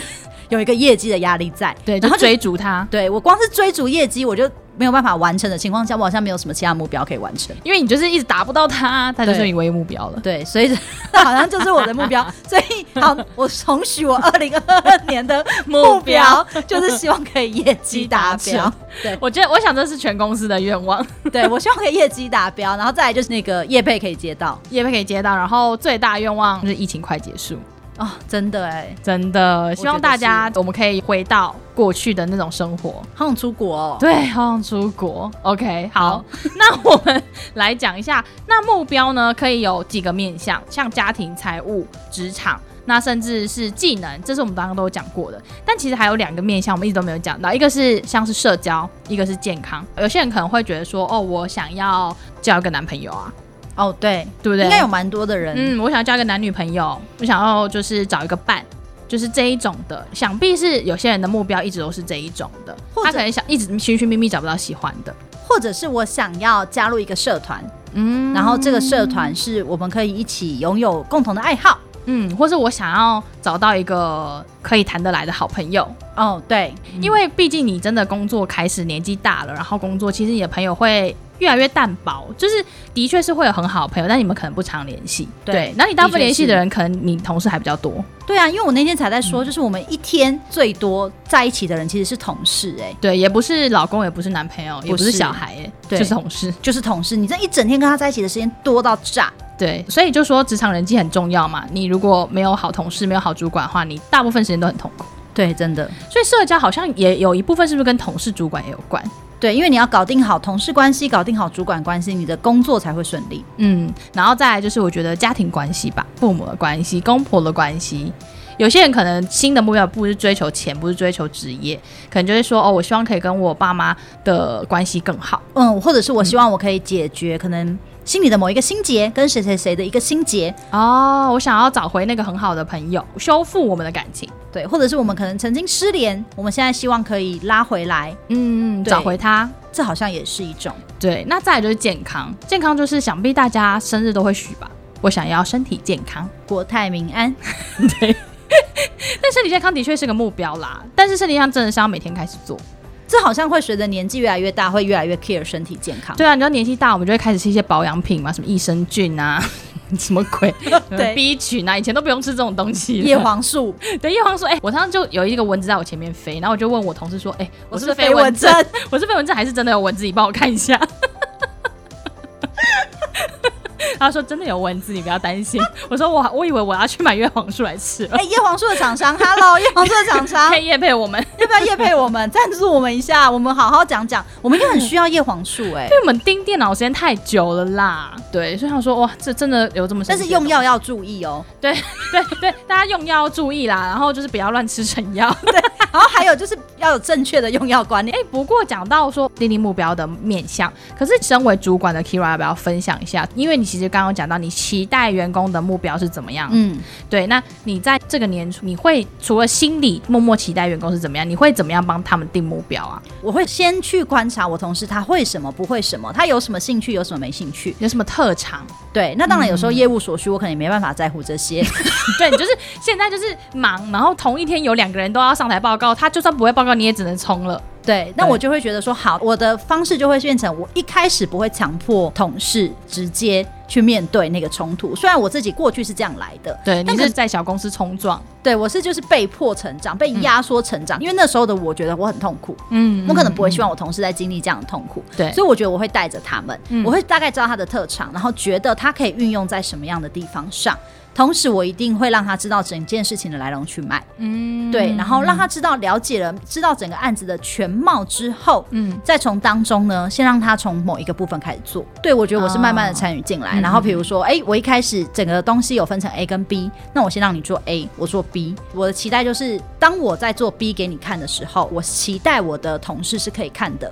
S2: 有一个业绩的压力在，
S1: 对，就
S2: 然后就
S1: 追逐它，
S2: 对我光是追逐业绩我就没有办法完成的情况下，我好像没有什么其他目标可以完成。
S1: 因为你就是一直达不到它，它就是
S2: 对
S1: 你唯一目标了。
S2: 对，所以 那好像就是我的目 标。所以好，我重许我二零二二年的 目标，就是希望可以业绩达标。对
S1: 我觉得，我想这是全公司的愿望，
S2: 对，我希望可以业绩达标，然后再来就是那个业配可以接到
S1: 也被可以接到。然后最大愿望就是疫情快结束，
S2: 哦，真的哎，
S1: 真的，
S2: 是
S1: 希望大家我们可以回到过去的那种生活。
S2: 好想出国哦。
S1: 对，好想出国。OK，好， 那我们来讲一下，那目标呢可以有几个面向，像家庭、财务、职场，那甚至是技能，这是我们刚刚都有讲过的。但其实还有两个面向我们一直都没有讲到，一个是像是社交，一个是健康。有些人可能会觉得说，哦，我想要交一个男朋友啊，
S2: 哦，对，
S1: 对不对？
S2: 应该有蛮多的人，
S1: 嗯，我想要交一个男女朋友，我想要就是找一个伴，就是这一种的。想必是有些人的目标一直都是这一种的，
S2: 或者
S1: 他可能想一直寻寻觅觅找不到喜欢的。
S2: 或者是我想要加入一个社团，
S1: 嗯
S2: 然后这个社团是我们可以一起拥有共同的爱好。
S1: 嗯，或是我想要找到一个可以谈得来的好朋友，
S2: 哦，对，
S1: 因为毕竟你真的工作开始年纪大了，然后工作其实你的朋友会越来越淡薄，就是的确是会有很好的朋友，但你们可能不常联系。
S2: 对
S1: 那你大部分
S2: 的确
S1: 联系
S2: 是
S1: 的人，可能你同事还比较多。
S2: 对啊，因为我那天才在
S1: 嗯
S2: 说，就是我们一天最多在一起的人其实是同事、哎，
S1: 对，也不是老公，也不是男朋友，也不是
S2: 不是
S1: 小孩，哎
S2: 对
S1: 就是同事。
S2: 就是同事，你这一整天跟他在一起的时间多到炸。
S1: 对，所以就说职场人际很重要嘛。你如果没有好同事，没有好主管的话，你大部分时间都很痛苦。
S2: 对，真的，
S1: 所以社交好像也有一部分是不是跟同事、主管也有关？
S2: 对，因为你要搞定好同事关系，搞定好主管关系，你的工作才会顺利。
S1: 嗯，然后再来就是我觉得家庭关系吧，父母的关系、公婆的关系。有些人可能新的目标不是追求钱，不是追求职业，可能就会说哦，我希望可以跟我爸妈的关系更好。
S2: 嗯，或者是我希望我可以解决可能心里的某一个心结，跟谁谁谁的一个心结，
S1: 哦，我想要找回那个很好的朋友，修复我们的感情。
S2: 对，或者是我们可能曾经失联，我们现在希望可以拉回来，
S1: 嗯，
S2: 对
S1: 找回他。
S2: 这好像也是一种。
S1: 对，那再来就是健康，健康就是想必大家生日都会许吧。我想要身体健康，
S2: 国泰民安，
S1: 但身体健康的确是个目标啦。但是身体健康真的是要每天开始做。
S2: 这好像会随着年纪越来越大，会越来越 care 身体健 康。
S1: 对啊，你知道年纪大，我们就会开始吃一些保养品嘛，什么益生菌啊， 什么鬼，B 群啊，以前都不用吃这种东西了。
S2: 叶黄素，
S1: 对叶黄素，哎、我上次就有一个蚊子在我前面飞，然后我就问我同事说，哎、我是不是
S2: 飞
S1: 飞蚊症？
S2: 症，
S1: 我是被蚊症还是真的有蚊子？你帮我看一下。 他说真的有蚊子，你不要担心。我说我我以为我要去买叶黄素来吃了
S2: 哎、，叶黄素的厂商，Hello，叶黄素的厂商
S1: 可，以夜配我们，
S2: 要不要叶配我们，赞助我们一下？我们好好讲讲，我们也很需要叶黄素哎、
S1: 因为我们盯电脑时间太久了啦。对，所以他说哇，这真的有这么神
S2: 但
S1: 奇
S2: 是
S1: 的
S2: 用
S1: 东西
S2: 药要注意 哦。
S1: 对对对，大家用药要注意啦，然后就是不要乱吃成药。
S2: 然后还有就是要有正确的用药观念。
S1: 哎、不过讲到说定定目标的面向，可是身为主管的 Kira 要不要分享一下？因为你其实刚刚讲到，你期待员工的目标是怎么样？
S2: 嗯，
S1: 对，那你在这个年初，你会除了心里默默期待员工是怎么样，你会怎么样帮他们定目标啊？
S2: 我会先去观察我同事他会什么，不会什么，他有什么兴趣，有什么没兴趣。
S1: 有什么特长？
S2: 对，那当然有时候业务所需，我可能也没办法在乎这些。
S1: 对，你就是现在就是忙，然后同一天有两个人都要上台报告，他就算不会报告，你也只能冲了。
S2: 对，那我就会觉得说，好，我的方式就会变成我一开始不会强迫同事直接去面对那个冲突，虽然我自己过去是这样来的，
S1: 对，你
S2: 但可
S1: 是在小公司冲撞，
S2: 对我是就是被迫成长，被压缩成长，因为那时候的我觉得我很痛苦，
S1: 嗯
S2: 我可能不会
S1: 嗯
S2: 希望我同事在经历这样的痛苦，
S1: 对
S2: 所以我觉得我会带着他们，
S1: 嗯
S2: 我会大概知道他的特长，然后觉得他可以运用在什么样的地方上。同时，我一定会让他知道整件事情的来龙去脉，
S1: 嗯
S2: 对，然后让他知道了解了，知道整个案子的全貌之后，
S1: 嗯
S2: 再从当中呢，先让他从某一个部分开始做。对，我觉得我是慢慢的参与进来。
S1: 哦
S2: 然后比如说，哎、我一开始整个东西有分成 A 跟 B，那我先让你做 A，我做 B。我的期待就是，当我在做 B 给你看的时候，我期待我的同事是可以看的。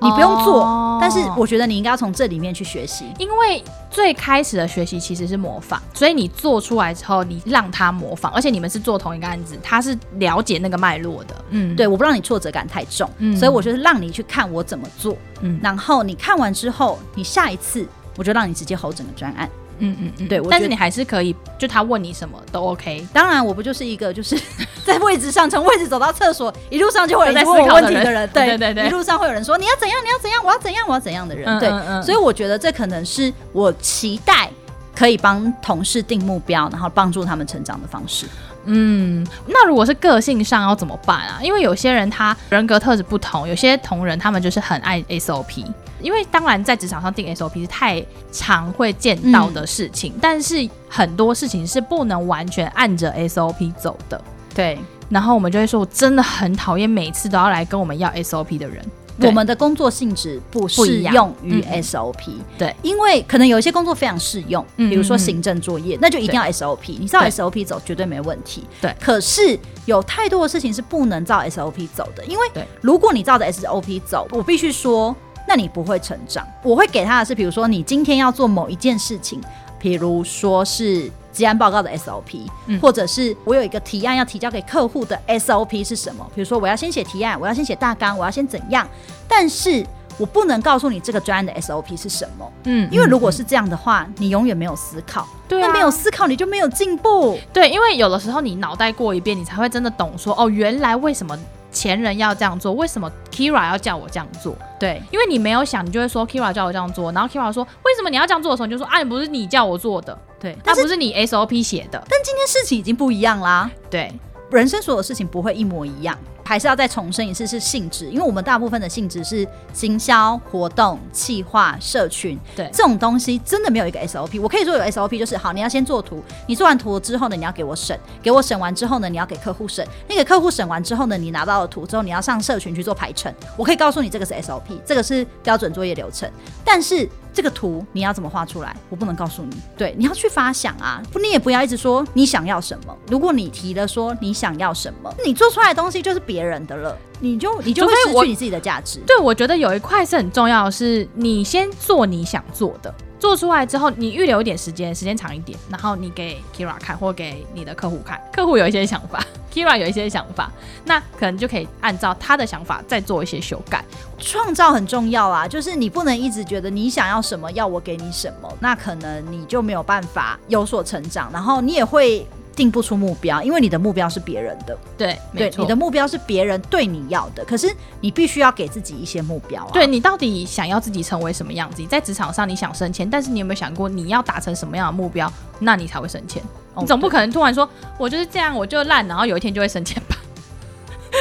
S2: 你不用做，
S1: 哦
S2: 但是我觉得你应该要从这里面去学习。
S1: 因为最开始的学习其实是模仿，所以你做出来之后，你让他模仿，而且你们是做同一个案子，他是了解那个脉络的。嗯，
S2: 对，我不让你挫折感太重，
S1: 嗯
S2: 所以我就是让你去看我怎么做。
S1: 嗯
S2: 然后你看完之后，你下一次我就让你直接吼整个专案。
S1: 嗯嗯嗯
S2: 对我觉得
S1: 但是你还是可以，就他问你什么都 OK。
S2: 当然，我不就是一个就是 在位置上，从位置走到厕所，一路上就会有
S1: 都
S2: 人
S1: 在
S2: 问
S1: 思
S2: 我
S1: 考
S2: 问
S1: 的
S2: 题
S1: 人
S2: 的人，
S1: 对对对
S2: 一路上会有人说你要怎样，你要怎样，我要怎样，我要怎样的人，
S1: 嗯
S2: 对，
S1: 嗯嗯
S2: 所以我觉得这可能是我期待可以帮同事定目标，然后帮助他们成长的方式。
S1: 嗯，那如果是个性上要怎么办啊？因为有些人他人格特质不同，有些同仁他们就是很爱 SOP。因为当然在职场上定 SOP 是太常会见到的事情，但是很多事情是不能完全按着 SOP 走的。
S2: 对，
S1: 然后我们就会说，我真的很讨厌每次都要来跟我们要 SOP 的人。对
S2: 我们的工作性质不
S1: 不
S2: 适
S1: 一样
S2: 用于
S1: 嗯嗯
S2: SOP，、
S1: 对，
S2: 因为可能有一些工作非常适用，
S1: 嗯
S2: 比如说
S1: 嗯嗯
S2: 行政作业，那就一定要 SOP，你照
S1: 对
S2: SOP 走绝对没问题。
S1: 对
S2: 可是有太多的事情是不能照 SOP 走的，因为
S1: 对
S2: 如果你照着 SOP 走，我必须说，那你不会成长。我会给他的是，比如说你今天要做某一件事情，比如说是。结案报告的 SOP，、
S1: 嗯
S2: 或者是我有一个提案要提交给客户的 SOP 是什么？比如说我要先写提案，我要先写大纲，我要先怎样？但是我不能告诉你这个专案的 SOP 是什么，
S1: 嗯
S2: 因为如果是这样的话，你永远没有思考。
S1: 对啊
S2: 那没有思考，你就没有进步。
S1: 对，因为有的时候你脑袋过一遍，你才会真的懂说，哦，原来为什么前人要这样做，为什么 Kira 要叫我这样做？
S2: 对
S1: 因为你没有想，你就会说 Kira 叫我这样做，然后 Kira 说为什么你要这样做的时候，你就说啊，不是你叫我做的，
S2: 对，
S1: 那
S2: 但是
S1: 不是你 SOP 写的，
S2: 但今天事情已经不一样啦。
S1: 对，
S2: 人生所有事情不会一模一样，还是要再重申一次是性质，因为我们大部分的性质是行销活动、企划、社群，
S1: 对
S2: 这种东西真的没有一个 SOP。我可以说有 SOP，就是好，你要先做图，你做完图之后呢，你要给我审，给我审完之后呢，你要给客户审，那个客户审完之后呢，你拿到了图之后，你要上社群去做排程。我可以告诉你这个是 SOP，这个是标准作业流程，但是。这个图你要怎么画出来？我不能告诉你。对，你要去发想啊，不，你也不要一直说你想要什么。如果你提了说你想要什么，你做出来的东西就是别人的了，你就你就会
S1: 除非
S2: 失
S1: 我
S2: 去你自己的价值。
S1: 对，我觉得有一块是很重要的是，你先做你想做的，做出来之后，你预留一点时间，时间长一点，然后你给 Kira 看，或给你的客户看，客户有一些想法，Kira 有一些想法，那可能就可以按照他的想法再做一些修改。
S2: 创造很重要啊，就是你不能一直觉得你想要什么，要我给你什么，那可能你就没有办法有所成长，然后你也会定不出目标，因为你的目标是别人的，
S1: 对，没
S2: 对，
S1: 错
S2: 你的目标是别人对你要的，可是你必须要给自己一些目标啊。
S1: 对你到底想要自己成为什么样子？你在职场上你想升迁，但是你有没有想过你要达成什么样的目标，那你才会升迁？
S2: 哦
S1: 你总不可能突然说我就是这样，我就烂，然后有一天就会升迁吧？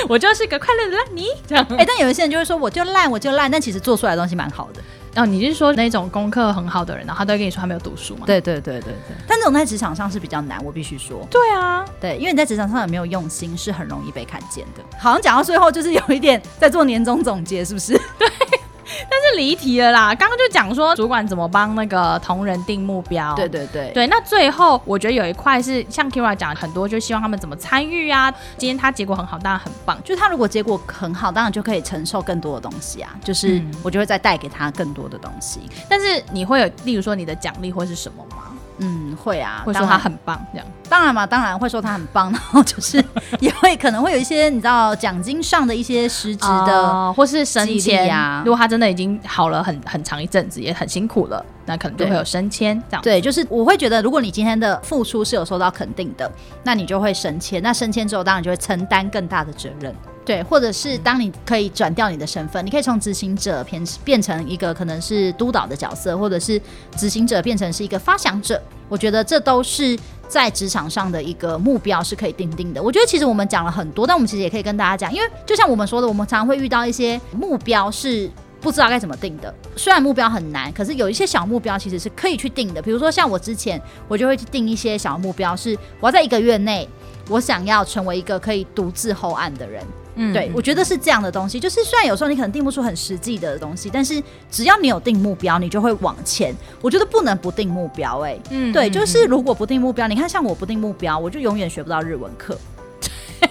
S1: 我就是个快乐的烂泥，这样。
S2: 哎、但有一些人就会说，我就烂，我就烂，但其实做出来的东西蛮好的。
S1: 哦，你是说那种功课很好的人，然后他都会跟你说他没有读书吗？
S3: 对对对对对，
S2: 但这种在职场上是比较难，我必须说，
S1: 对啊，
S2: 对，因为你在职场上有没有用心，是很容易被看见的。好像讲到最后，就是有一点在做年终总结，是不是？
S1: 这离题了啦。刚刚就讲说主管怎么帮那个同仁定目标，
S3: 对对对，
S1: 对，那最后我觉得有一块是像 Kira 讲很多，就希望他们怎么参与啊。今天他结果很好，当然很棒。
S2: 就是他如果结果很好，当然就可以承受更多的东西啊。就是
S1: 嗯
S2: 我就会再带给他更多的东西。
S1: 但是你会有，例如说你的奖励会是什么吗？
S2: 嗯，会啊，
S1: 会说
S2: 当
S1: 他
S2: 然
S1: 很棒这样。
S2: 当然嘛，当然会说他很棒，然后就是也会可能会有一些你知道奖金上的一些实质的，
S1: 哦或是升
S2: 激励
S1: 迁
S2: 啊
S1: 如果他真的已经好了很很长一阵子，也很辛苦了，那可能就
S2: 对
S1: 会有升迁这样。
S2: 对，就是我会觉得，如果你今天的付出是有受到肯定的，那你就会升迁。那升迁之后，当然就会承担更大的责任。对，或者是当你可以转掉你的身份，你可以从执行者变变成一个可能是督导的角色，或者是执行者变成是一个发想者。我觉得这都是在职场上的一个目标是可以定定的。我觉得其实我们讲了很多，但我们其实也可以跟大家讲，因为就像我们说的，我们常常会遇到一些目标是。不知道该怎么定的，虽然目标很难，可是有一些小目标其实是可以去定的。比如说像我之前，我就会去定一些小目标，是我要在一个月内，我想要成为一个可以独自后岸的人。
S1: 嗯
S2: 对，我觉得是这样的东西，就是虽然有时候你可能定不出很实际的东西，但是只要你有定目标，你就会往前。我觉得不能不定目标、欸，
S1: 嗯
S2: 对，
S1: 嗯
S2: 就是
S1: 嗯
S2: 如果不定目标，你看像我不定目标，我就永远学不到日文课。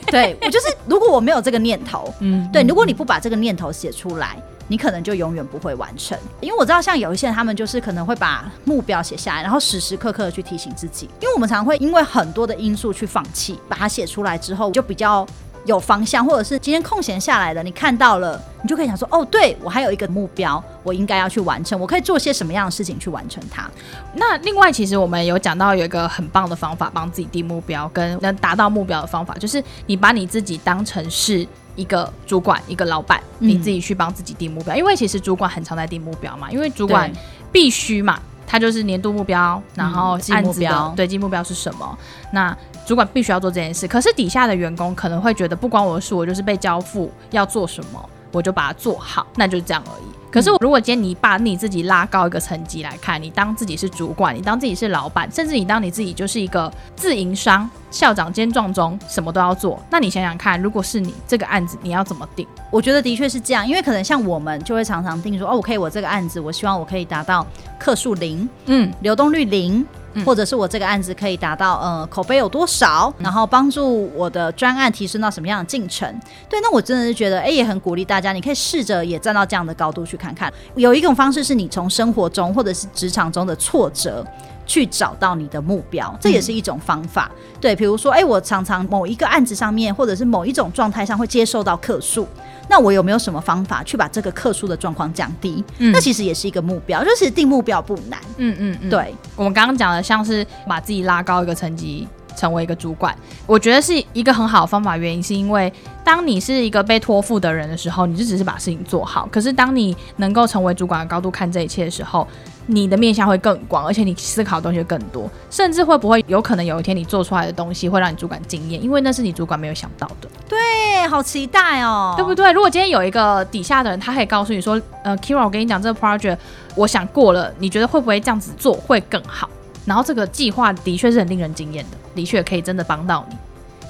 S2: 对我就是，如果我没有这个念头，
S1: 嗯
S2: 对，
S1: 嗯
S2: 如果你不把这个念头写出来，你可能就永远不会完成。因为我知道，像有一些人，他们就是可能会把目标写下来，然后时时刻刻的去提醒自己。因为我们常会因为很多的因素去放弃，把它写出来之后，就比较有方向，或者是今天空闲下来了，你看到了，你就可以想说，哦，对我还有一个目标，我应该要去完成，我可以做些什么样的事情去完成它。
S1: 那另外，其实我们有讲到有一个很棒的方法，帮自己定目标跟能达到目标的方法，就是你把你自己当成是。一个主管，一个老板，
S2: 嗯
S1: 你自己去帮自己定目标，因为其实主管很常在定目标嘛，因为主管必须嘛，他就是年度目标，然后
S2: 记
S1: 案
S2: 嗯目
S1: 子的、
S2: 标
S1: 对，记目标是什么？那主管必须要做这件事，可是底下的员工可能会觉得不关我的事，我就是被交付要做什么，我就把它做好，那就这样而已。
S2: 嗯
S1: 可是如果今天你把你自己拉高一个层级来看，你当自己是主管，你当自己是老板，甚至你当你自己就是一个自营商、校长兼撞钟，什么都要做，那你想想看，如果是你这个案子，你要怎么定？
S2: 我觉得的确是这样，因为可能像我们就会常常定说，哦，OK，我这个案子，我希望我可以达到客数零，
S1: 嗯，
S2: 流动率零
S1: 嗯。
S2: 或者是我这个案子可以达到呃口碑有多少，然后帮助我的专案提升到什么样的进程？对，那我真的是觉得，哎、也很鼓励大家，你可以试着也站到这样的高度去看看。有一种方式是你从生活中或者是职场中的挫折去找到你的目
S1: 嗯
S2: 标，这也是一种方法。对，比如说，哎、我常常某一个案子上面，或者是某一种状态上会接受到客诉，那我有没有什么方法去把这个客诉的状况降低？
S1: 嗯
S2: 那其实也是一个目标，就是定目标不难。
S1: 嗯嗯嗯，
S2: 对，
S1: 我们刚刚讲的，像是把自己拉高一个层级，成为一个主管，我觉得是一个很好的方法。原因是因为，当你是一个被托付的人的时候，你就只是把事情做好；可是当你能够成为主管的高度看这一切的时候，你的面向会更广，而且你思考的东西会更多，甚至会不会有可能有一天你做出来的东西会让你主管惊艳，因为那是你主管没有想到的。
S2: 哎、好期待哦，
S1: 对不对？如果今天有一个底下的人，他可以告诉你说，呃，Kira，我跟你讲这个 project，我想过了，你觉得会不会这样子做会更好？然后这个计划的确是很令人惊艳的，的确可以真的帮到你。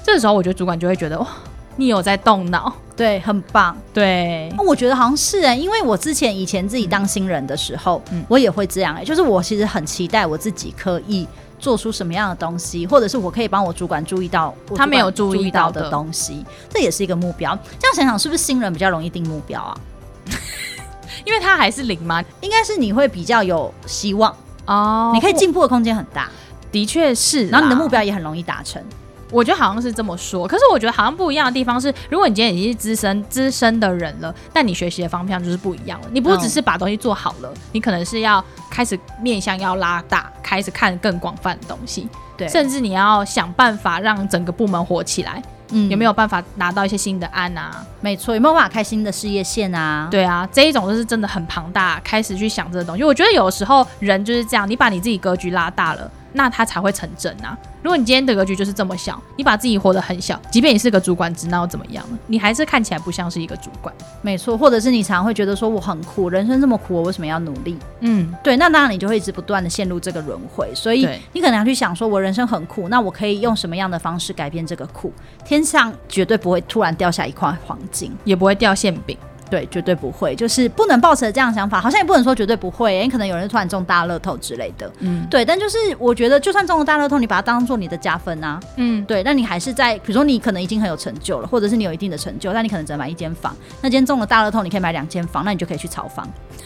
S1: 这时候我觉得主管就会觉得，哇，你有在动脑，
S2: 对，很棒。
S1: 对，
S2: 那我觉得好像是哎、因为我之前以前自己当新人的时候，
S1: 嗯
S2: 我也会这样哎、就是我其实很期待我自己可以做出什么样的东西，或者是我可以帮我主管注意到我
S1: 他没有
S2: 主管
S1: 注
S2: 注
S1: 意
S2: 意到
S1: 到的
S2: 的东西，这也是一个目标。这样想想，是不是新人比较容易定目标啊？
S1: 因为他还是零嘛，
S2: 应该是你会比较有希望，
S1: 哦
S2: 你可以，进步的空间很大，
S1: 的确是，
S2: 然后你的目。标也很容易达成。
S1: 我觉得好像是这么说，可是我觉得好像不一样的地方是，如果你今天已经是资深资深的人了，但你学习的方向就是不一样了。你不只是把东西做好了，你可能是要开始面向要拉大，开始看更广泛的东西，
S2: 对，
S1: 甚至你要想办法让整个部门火起来，
S2: 嗯
S1: 有没有办法拿到一些新的案啊？
S2: 没错？有没有办法开新的事业线啊？
S1: 对啊，这一种就是真的很庞大，开始去想这个东西。我觉得有时候人就是这样，你把你自己格局拉大了，那它才会成真啊。如果你今天的格局就是这么小，你把自己活得很小，即便你是个主管职，那又怎么样呢？你还是看起来不像是一个主管。
S2: 没错，或者是你常会觉得说我很苦，人生这么苦，我为什么要努力？
S1: 嗯，
S2: 对，那当然你就会一直不断的陷入这个轮回，所以
S1: 对
S2: 你可能要去想说，我人生很苦，那我可以用什么样的方式改变这个苦？天上绝对不会突然掉下一块黄金，
S1: 也不会掉馅饼。
S2: 对，绝对不会，就是不能抱持这样的想法，好像也不能说绝对不会、欸因为可能有人突然中大乐透之类的，
S1: 嗯
S2: 对，但就是我觉得，就算中了大乐透，你把它当做你的加分啊，
S1: 嗯，
S2: 对，那你还是在，比如说你可能已经很有成就了，或者是你有一定的成就，但你可能只能买一间房。那今天中了大乐透，你可以买两间房，那你就可以去炒房。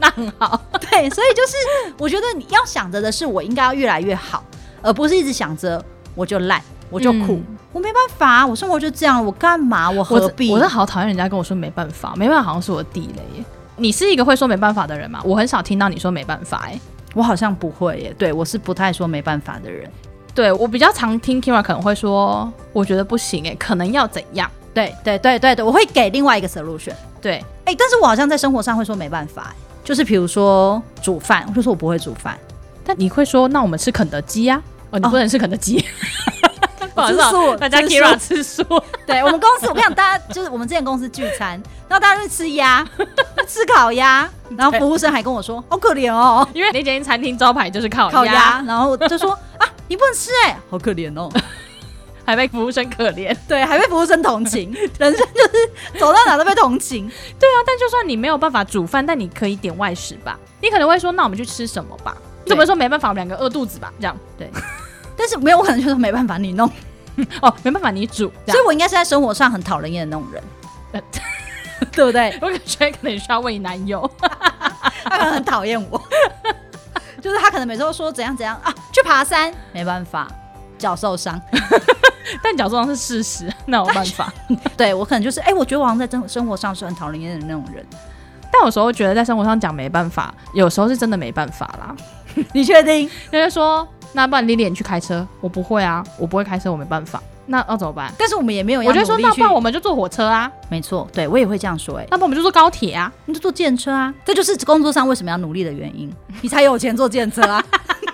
S1: 那很好。
S2: 对，所以就是我觉得你要想着的是，我应该要越来越好，而不是一直想着我就烂，我就苦，
S1: 嗯
S2: 我没办法、啊我生活就这样，我干嘛？我
S1: 我
S2: 何必？
S1: 我是好讨厌人家跟我说没办法，没办法好像是我的地雷耶。你是一个会说没办法的人吗？我很少听到你说没办法哎。
S2: 我好像不会耶，对我是不太说没办法的人。
S1: 对我比较常听 Kira 可能会说，我觉得不行哎，可能要怎样？
S2: 对对对对对，我会给另外一个 solution。
S1: 对，
S2: 哎、但是我好像在生活上会说没办法耶，就是比如说煮饭，我就说我不会煮饭，
S1: 但你会说，那我们吃肯德基呀、哦，你
S2: 哦
S1: 不能吃肯德基。 不好意思
S2: 吃素
S1: 啊，大家
S2: 吃素
S1: Kira 吃素，
S2: 对我们公司，我跟你讲，大家就是我们之前公司聚餐，然后大家就吃鸭，吃烤鸭，然后服务生还跟我说，好可怜哦，
S1: 因为那间餐厅招牌就是烤
S2: 烤
S1: 鸭，
S2: 鸭，然后就说啊，你不能吃哎、好可怜哦，
S1: 还被服务生可怜。
S2: 对，还被服务生同 情，人生就是走到哪都被同情，
S1: 啊但就算你没有办法煮饭，但你可以点外食吧。你可能会说，那我们去吃什么吧？
S2: 对
S1: 你怎么说没办法，我们两个饿肚子吧？这样
S2: 但是没有，我可能就是没办法你弄，
S1: 哦，没办法，你煮。这
S2: 所以
S1: 样，
S2: 我应该是在生活上很讨人厌的那种人，呃 对不 对？
S1: 我感觉可能需要问你男 友。
S2: 他可能很讨厌我， 就是他可能每次都说怎样怎样啊，去爬山没办法，脚受伤。
S1: 但假装是事实，那有办法。
S2: 对我可能就是，哎、我觉得我好像在生生活上是很讨人厌的那种人。
S1: 但有时候觉得在生活上讲没办法，有时候是真的没办法啦。
S2: 你确定？
S1: 人家说，那不然 Lily 你去开车，我不会啊，我不会开车，我没办法。那要怎么办？
S2: 但是我们也没有要
S1: 我就说，
S2: 努力
S1: 那
S2: 去
S1: 不然我们就坐火车啊，
S2: 没错，对我也会这样说、哎，
S1: 那不然我们就坐高铁啊。
S2: 你就坐电车啊，这就是工作上为什么要努力的原因， 你才有钱坐电车啊。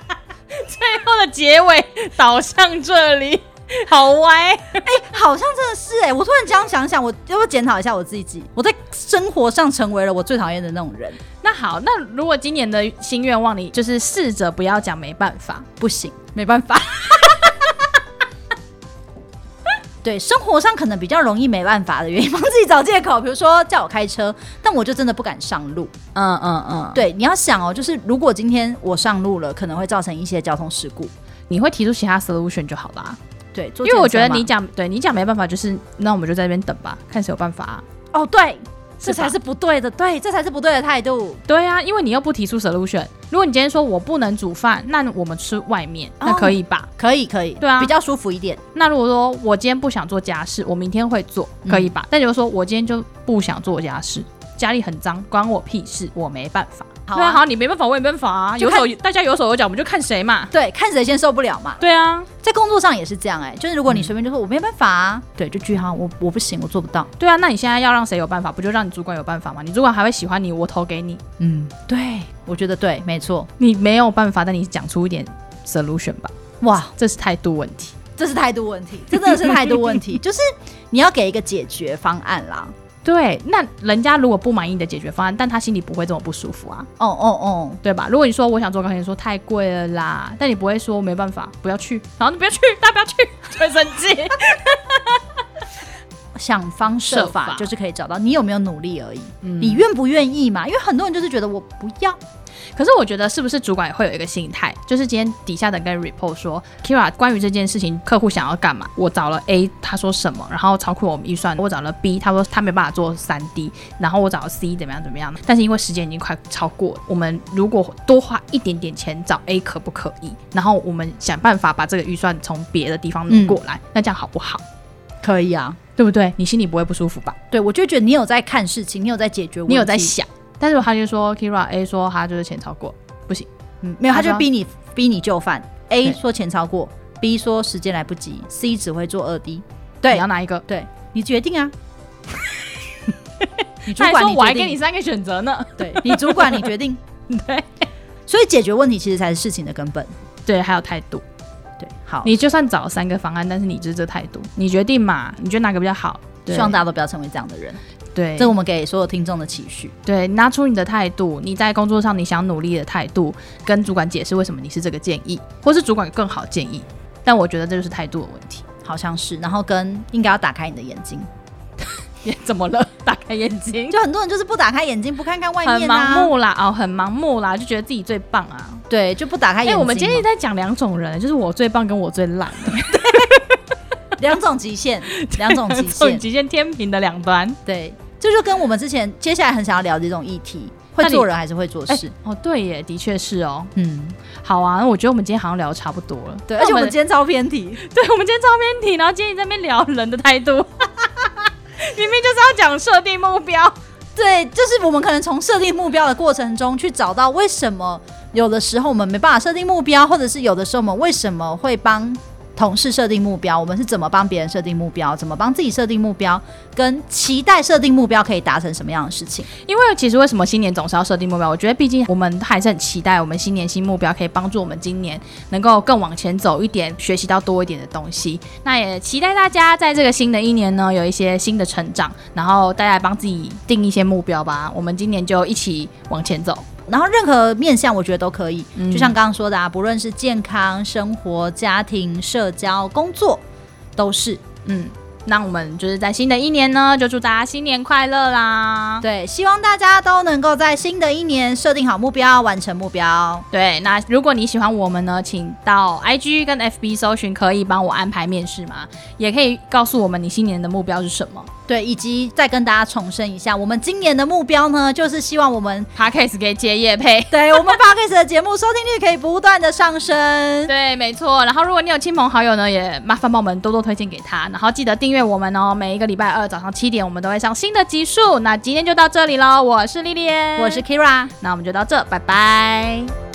S1: 最后的结尾导向这里， 好歪。
S2: 好像真的是哎、我突然这样想想，我要不要检讨一下我自己？我在生活上成为了我最讨厌的那种人，
S1: 那好，那如果今年的新愿望，你就是试着不要讲没办法。
S2: 不行，没办法。对，生活上可能比较容易没办法的原因，帮自己找借口，比如说叫我开车，但我就真的不敢上路。
S1: 嗯嗯嗯，对，
S2: 对，你要想哦，就是如果今天我上路了，可能会造成一些交通事故。你
S1: 你会提出其他 solution 就好啦。
S2: 对，因
S1: 因为我觉得你讲，对你讲没办法，就是那我们就在那边等吧，看谁有办法啊。
S2: 哦，对，
S1: 是
S2: 这
S1: 吧
S2: 才是不对的，对，这才是不对的态度。
S1: 对啊，因为你又不提出 solution。如果你今天说我不能煮饭，那我们吃外面，
S2: 哦
S1: 那可以吧？
S2: 可以，可以，
S1: 对啊
S2: 比较舒服一点。
S1: 那如果说我今天不想做家事，我明天会做，
S2: 嗯
S1: 可以吧？但如果说我今天就不想做家事，家里很脏，关我屁事，我没办法。
S2: 好啊
S1: 对啊，好，你没办法，我也没办法啊。
S2: 就
S1: 有
S2: 看
S1: 手大家有手有脚，我们就看谁嘛。
S2: 对，看谁先受不了嘛。
S1: 对啊，
S2: 在工作上也是这样、哎，就是如果你
S1: 嗯
S2: 随便就说我没办法、啊，对，就句号，我我不行，我做不到。
S1: 对啊，那你现在要让谁有办法？不就让你主管有办法吗？你主管还会喜欢你，我投给你。
S2: 嗯，对，我觉得对，没错。
S1: 你没有办法，但你讲出一点 solution 吧，
S2: 哇，
S1: 这是态度问题。
S2: 这是态度问题，这真的是态度问 题，就是你要给一个解决方案啦。
S1: 对，那人家如果不满意你的解决方案，但他心里不会这么不舒服啊，
S2: 哦哦哦，
S1: 对吧？如果你说我想坐高铁，说太贵了啦，但你不会说没办法，不要去，然后你不要去，大家不要去， 就会生气。
S2: 想方设
S1: 设
S2: 法
S1: 法
S2: 就是可以找到你有没有努力而已，
S1: 嗯
S2: 你愿不愿意嘛？因为很多人就是觉得我不要，
S1: 可是我觉得是不是主管也会有一个心态，就是今天底下的人跟 report 说，Kira 关于这件事情，客户想要干嘛？我找了 A，他说什么，然后超过我们预算；我找了 B，他说他没办法做三 D，然后我找了 C 怎么样怎么样。但是因为时间已经快超过了，我们如果多花一点点钱找 A 可不可以？然后我们想办法把这个预算从别的地方挪过来，那这样好不好？
S2: 可以啊。
S1: 对不对？你心里不会不舒服吧？
S2: 对，我就觉得你有在看事情，你有在解决问题，
S1: 你有在想。但是他就说 Kira A 说他就是钱超过，
S2: 嗯，没有，他
S1: 他
S2: 就
S1: 说
S2: 逼你逼你就范。A
S1: 对
S2: 说钱超过，B 说时间来不及，C 只会做二 D。对
S1: 你要哪一个？
S2: 对你决定啊，你主
S1: 他还
S2: 管
S1: 说
S2: 你
S1: 我还
S2: 决
S1: 给
S2: 定，
S1: 你三个选择呢。
S2: 对你主管你决定。
S1: 对，
S2: 所以解决问题其实才是事情的根本。
S1: 对，还有态度。
S2: 对，好，
S1: 你就算找三个方案，但是你就是这态度，你决定嘛，你觉得哪个比较好？对
S2: 希望大家都不要成为这样的人，
S1: 对，
S2: 这我们给所有听众的期许。
S1: 对，拿出你的态度，你在工作上你想努力的态度，跟主管解释为什么你是这个建议，或是主管有更好的建议。但我觉得这就是态度的问题。
S2: 好像是，然后跟应该要打开你的眼睛，
S1: 也怎么了？ 打开眼睛，
S2: 就很多人就是不打开眼睛，不看看外
S1: 很
S2: 面
S1: 盲
S2: 啊，
S1: 目啦，哦，很盲目啦，就觉得自己最棒啊。
S2: 对，就不打开
S1: 哎、
S2: 眼睛嘛。
S1: 我们今天一直在讲两种人，就是我最棒跟我最 烂，
S2: 两种极 限，两种极
S1: 这种
S2: 限，
S1: 极限天平的两端。
S2: 对，这就跟我们之前接下来很想要聊的一种议题，会
S1: 那你
S2: 做人还是会做事，
S1: 哦，对耶，的确是哦。
S2: 嗯，
S1: 好啊，那我觉得我们今天好像聊得差不多了。
S2: 对，
S1: 那
S2: 而且我
S1: 我
S2: 们今天超偏题，
S1: 对，我们今天照片题，然后今天在那边聊人的态度， 明明就是要讲设定目标。
S2: 对，就是我们可能从设定目标的过程中去找到为什么有的时候我们没办法设定目标，或者是有的时候我们为什么会帮同事设定目标，我们是怎么帮别人设定目标，怎么帮自己设定目标，跟期待设定目标可以达成什么样的事情。
S1: 因为其实为什么新年总是要设定目标？我觉得毕竟我们还是很期待我们新年新目标可以帮助我们今年能够更往前走一点，学习到多一点的东西。那也期待大家在这个新的一年呢有一些新的成长，然后大家帮自己定一些目标吧。我们今年就一起往前走。
S2: 然后任何面向我觉得都可以，
S1: 嗯
S2: 就像刚刚说的啊，不论是健康、生活、家庭、社交、工作，都是
S1: 嗯，那我们就是在新的一年呢，就祝大家新年快乐啦！
S2: 对。希望大家都能够在新的一年设定好目标，完成目标。
S1: 对，那如果你喜欢我们呢，请到 IG 跟 FB 搜寻，可以帮我安排面试吗？也可以告诉我们你新年的目标是什么。
S2: 对，以及再跟大家重申一下，我们今年的目标呢，就是希望我们
S1: Podcast 可以接业配。
S2: 对我们 p o d c a s 的节目收听率可以不断的上升。
S1: 对，没错。然后，如果你有亲朋好友呢，也麻烦帮我们多多推荐给他。然后记得订阅我们哦，每一个礼拜二早上七点，我们都会上新的集数。那今天就到这里喽，我是丽丽，
S2: 我是 Kira，
S1: 那我们就到这，拜拜。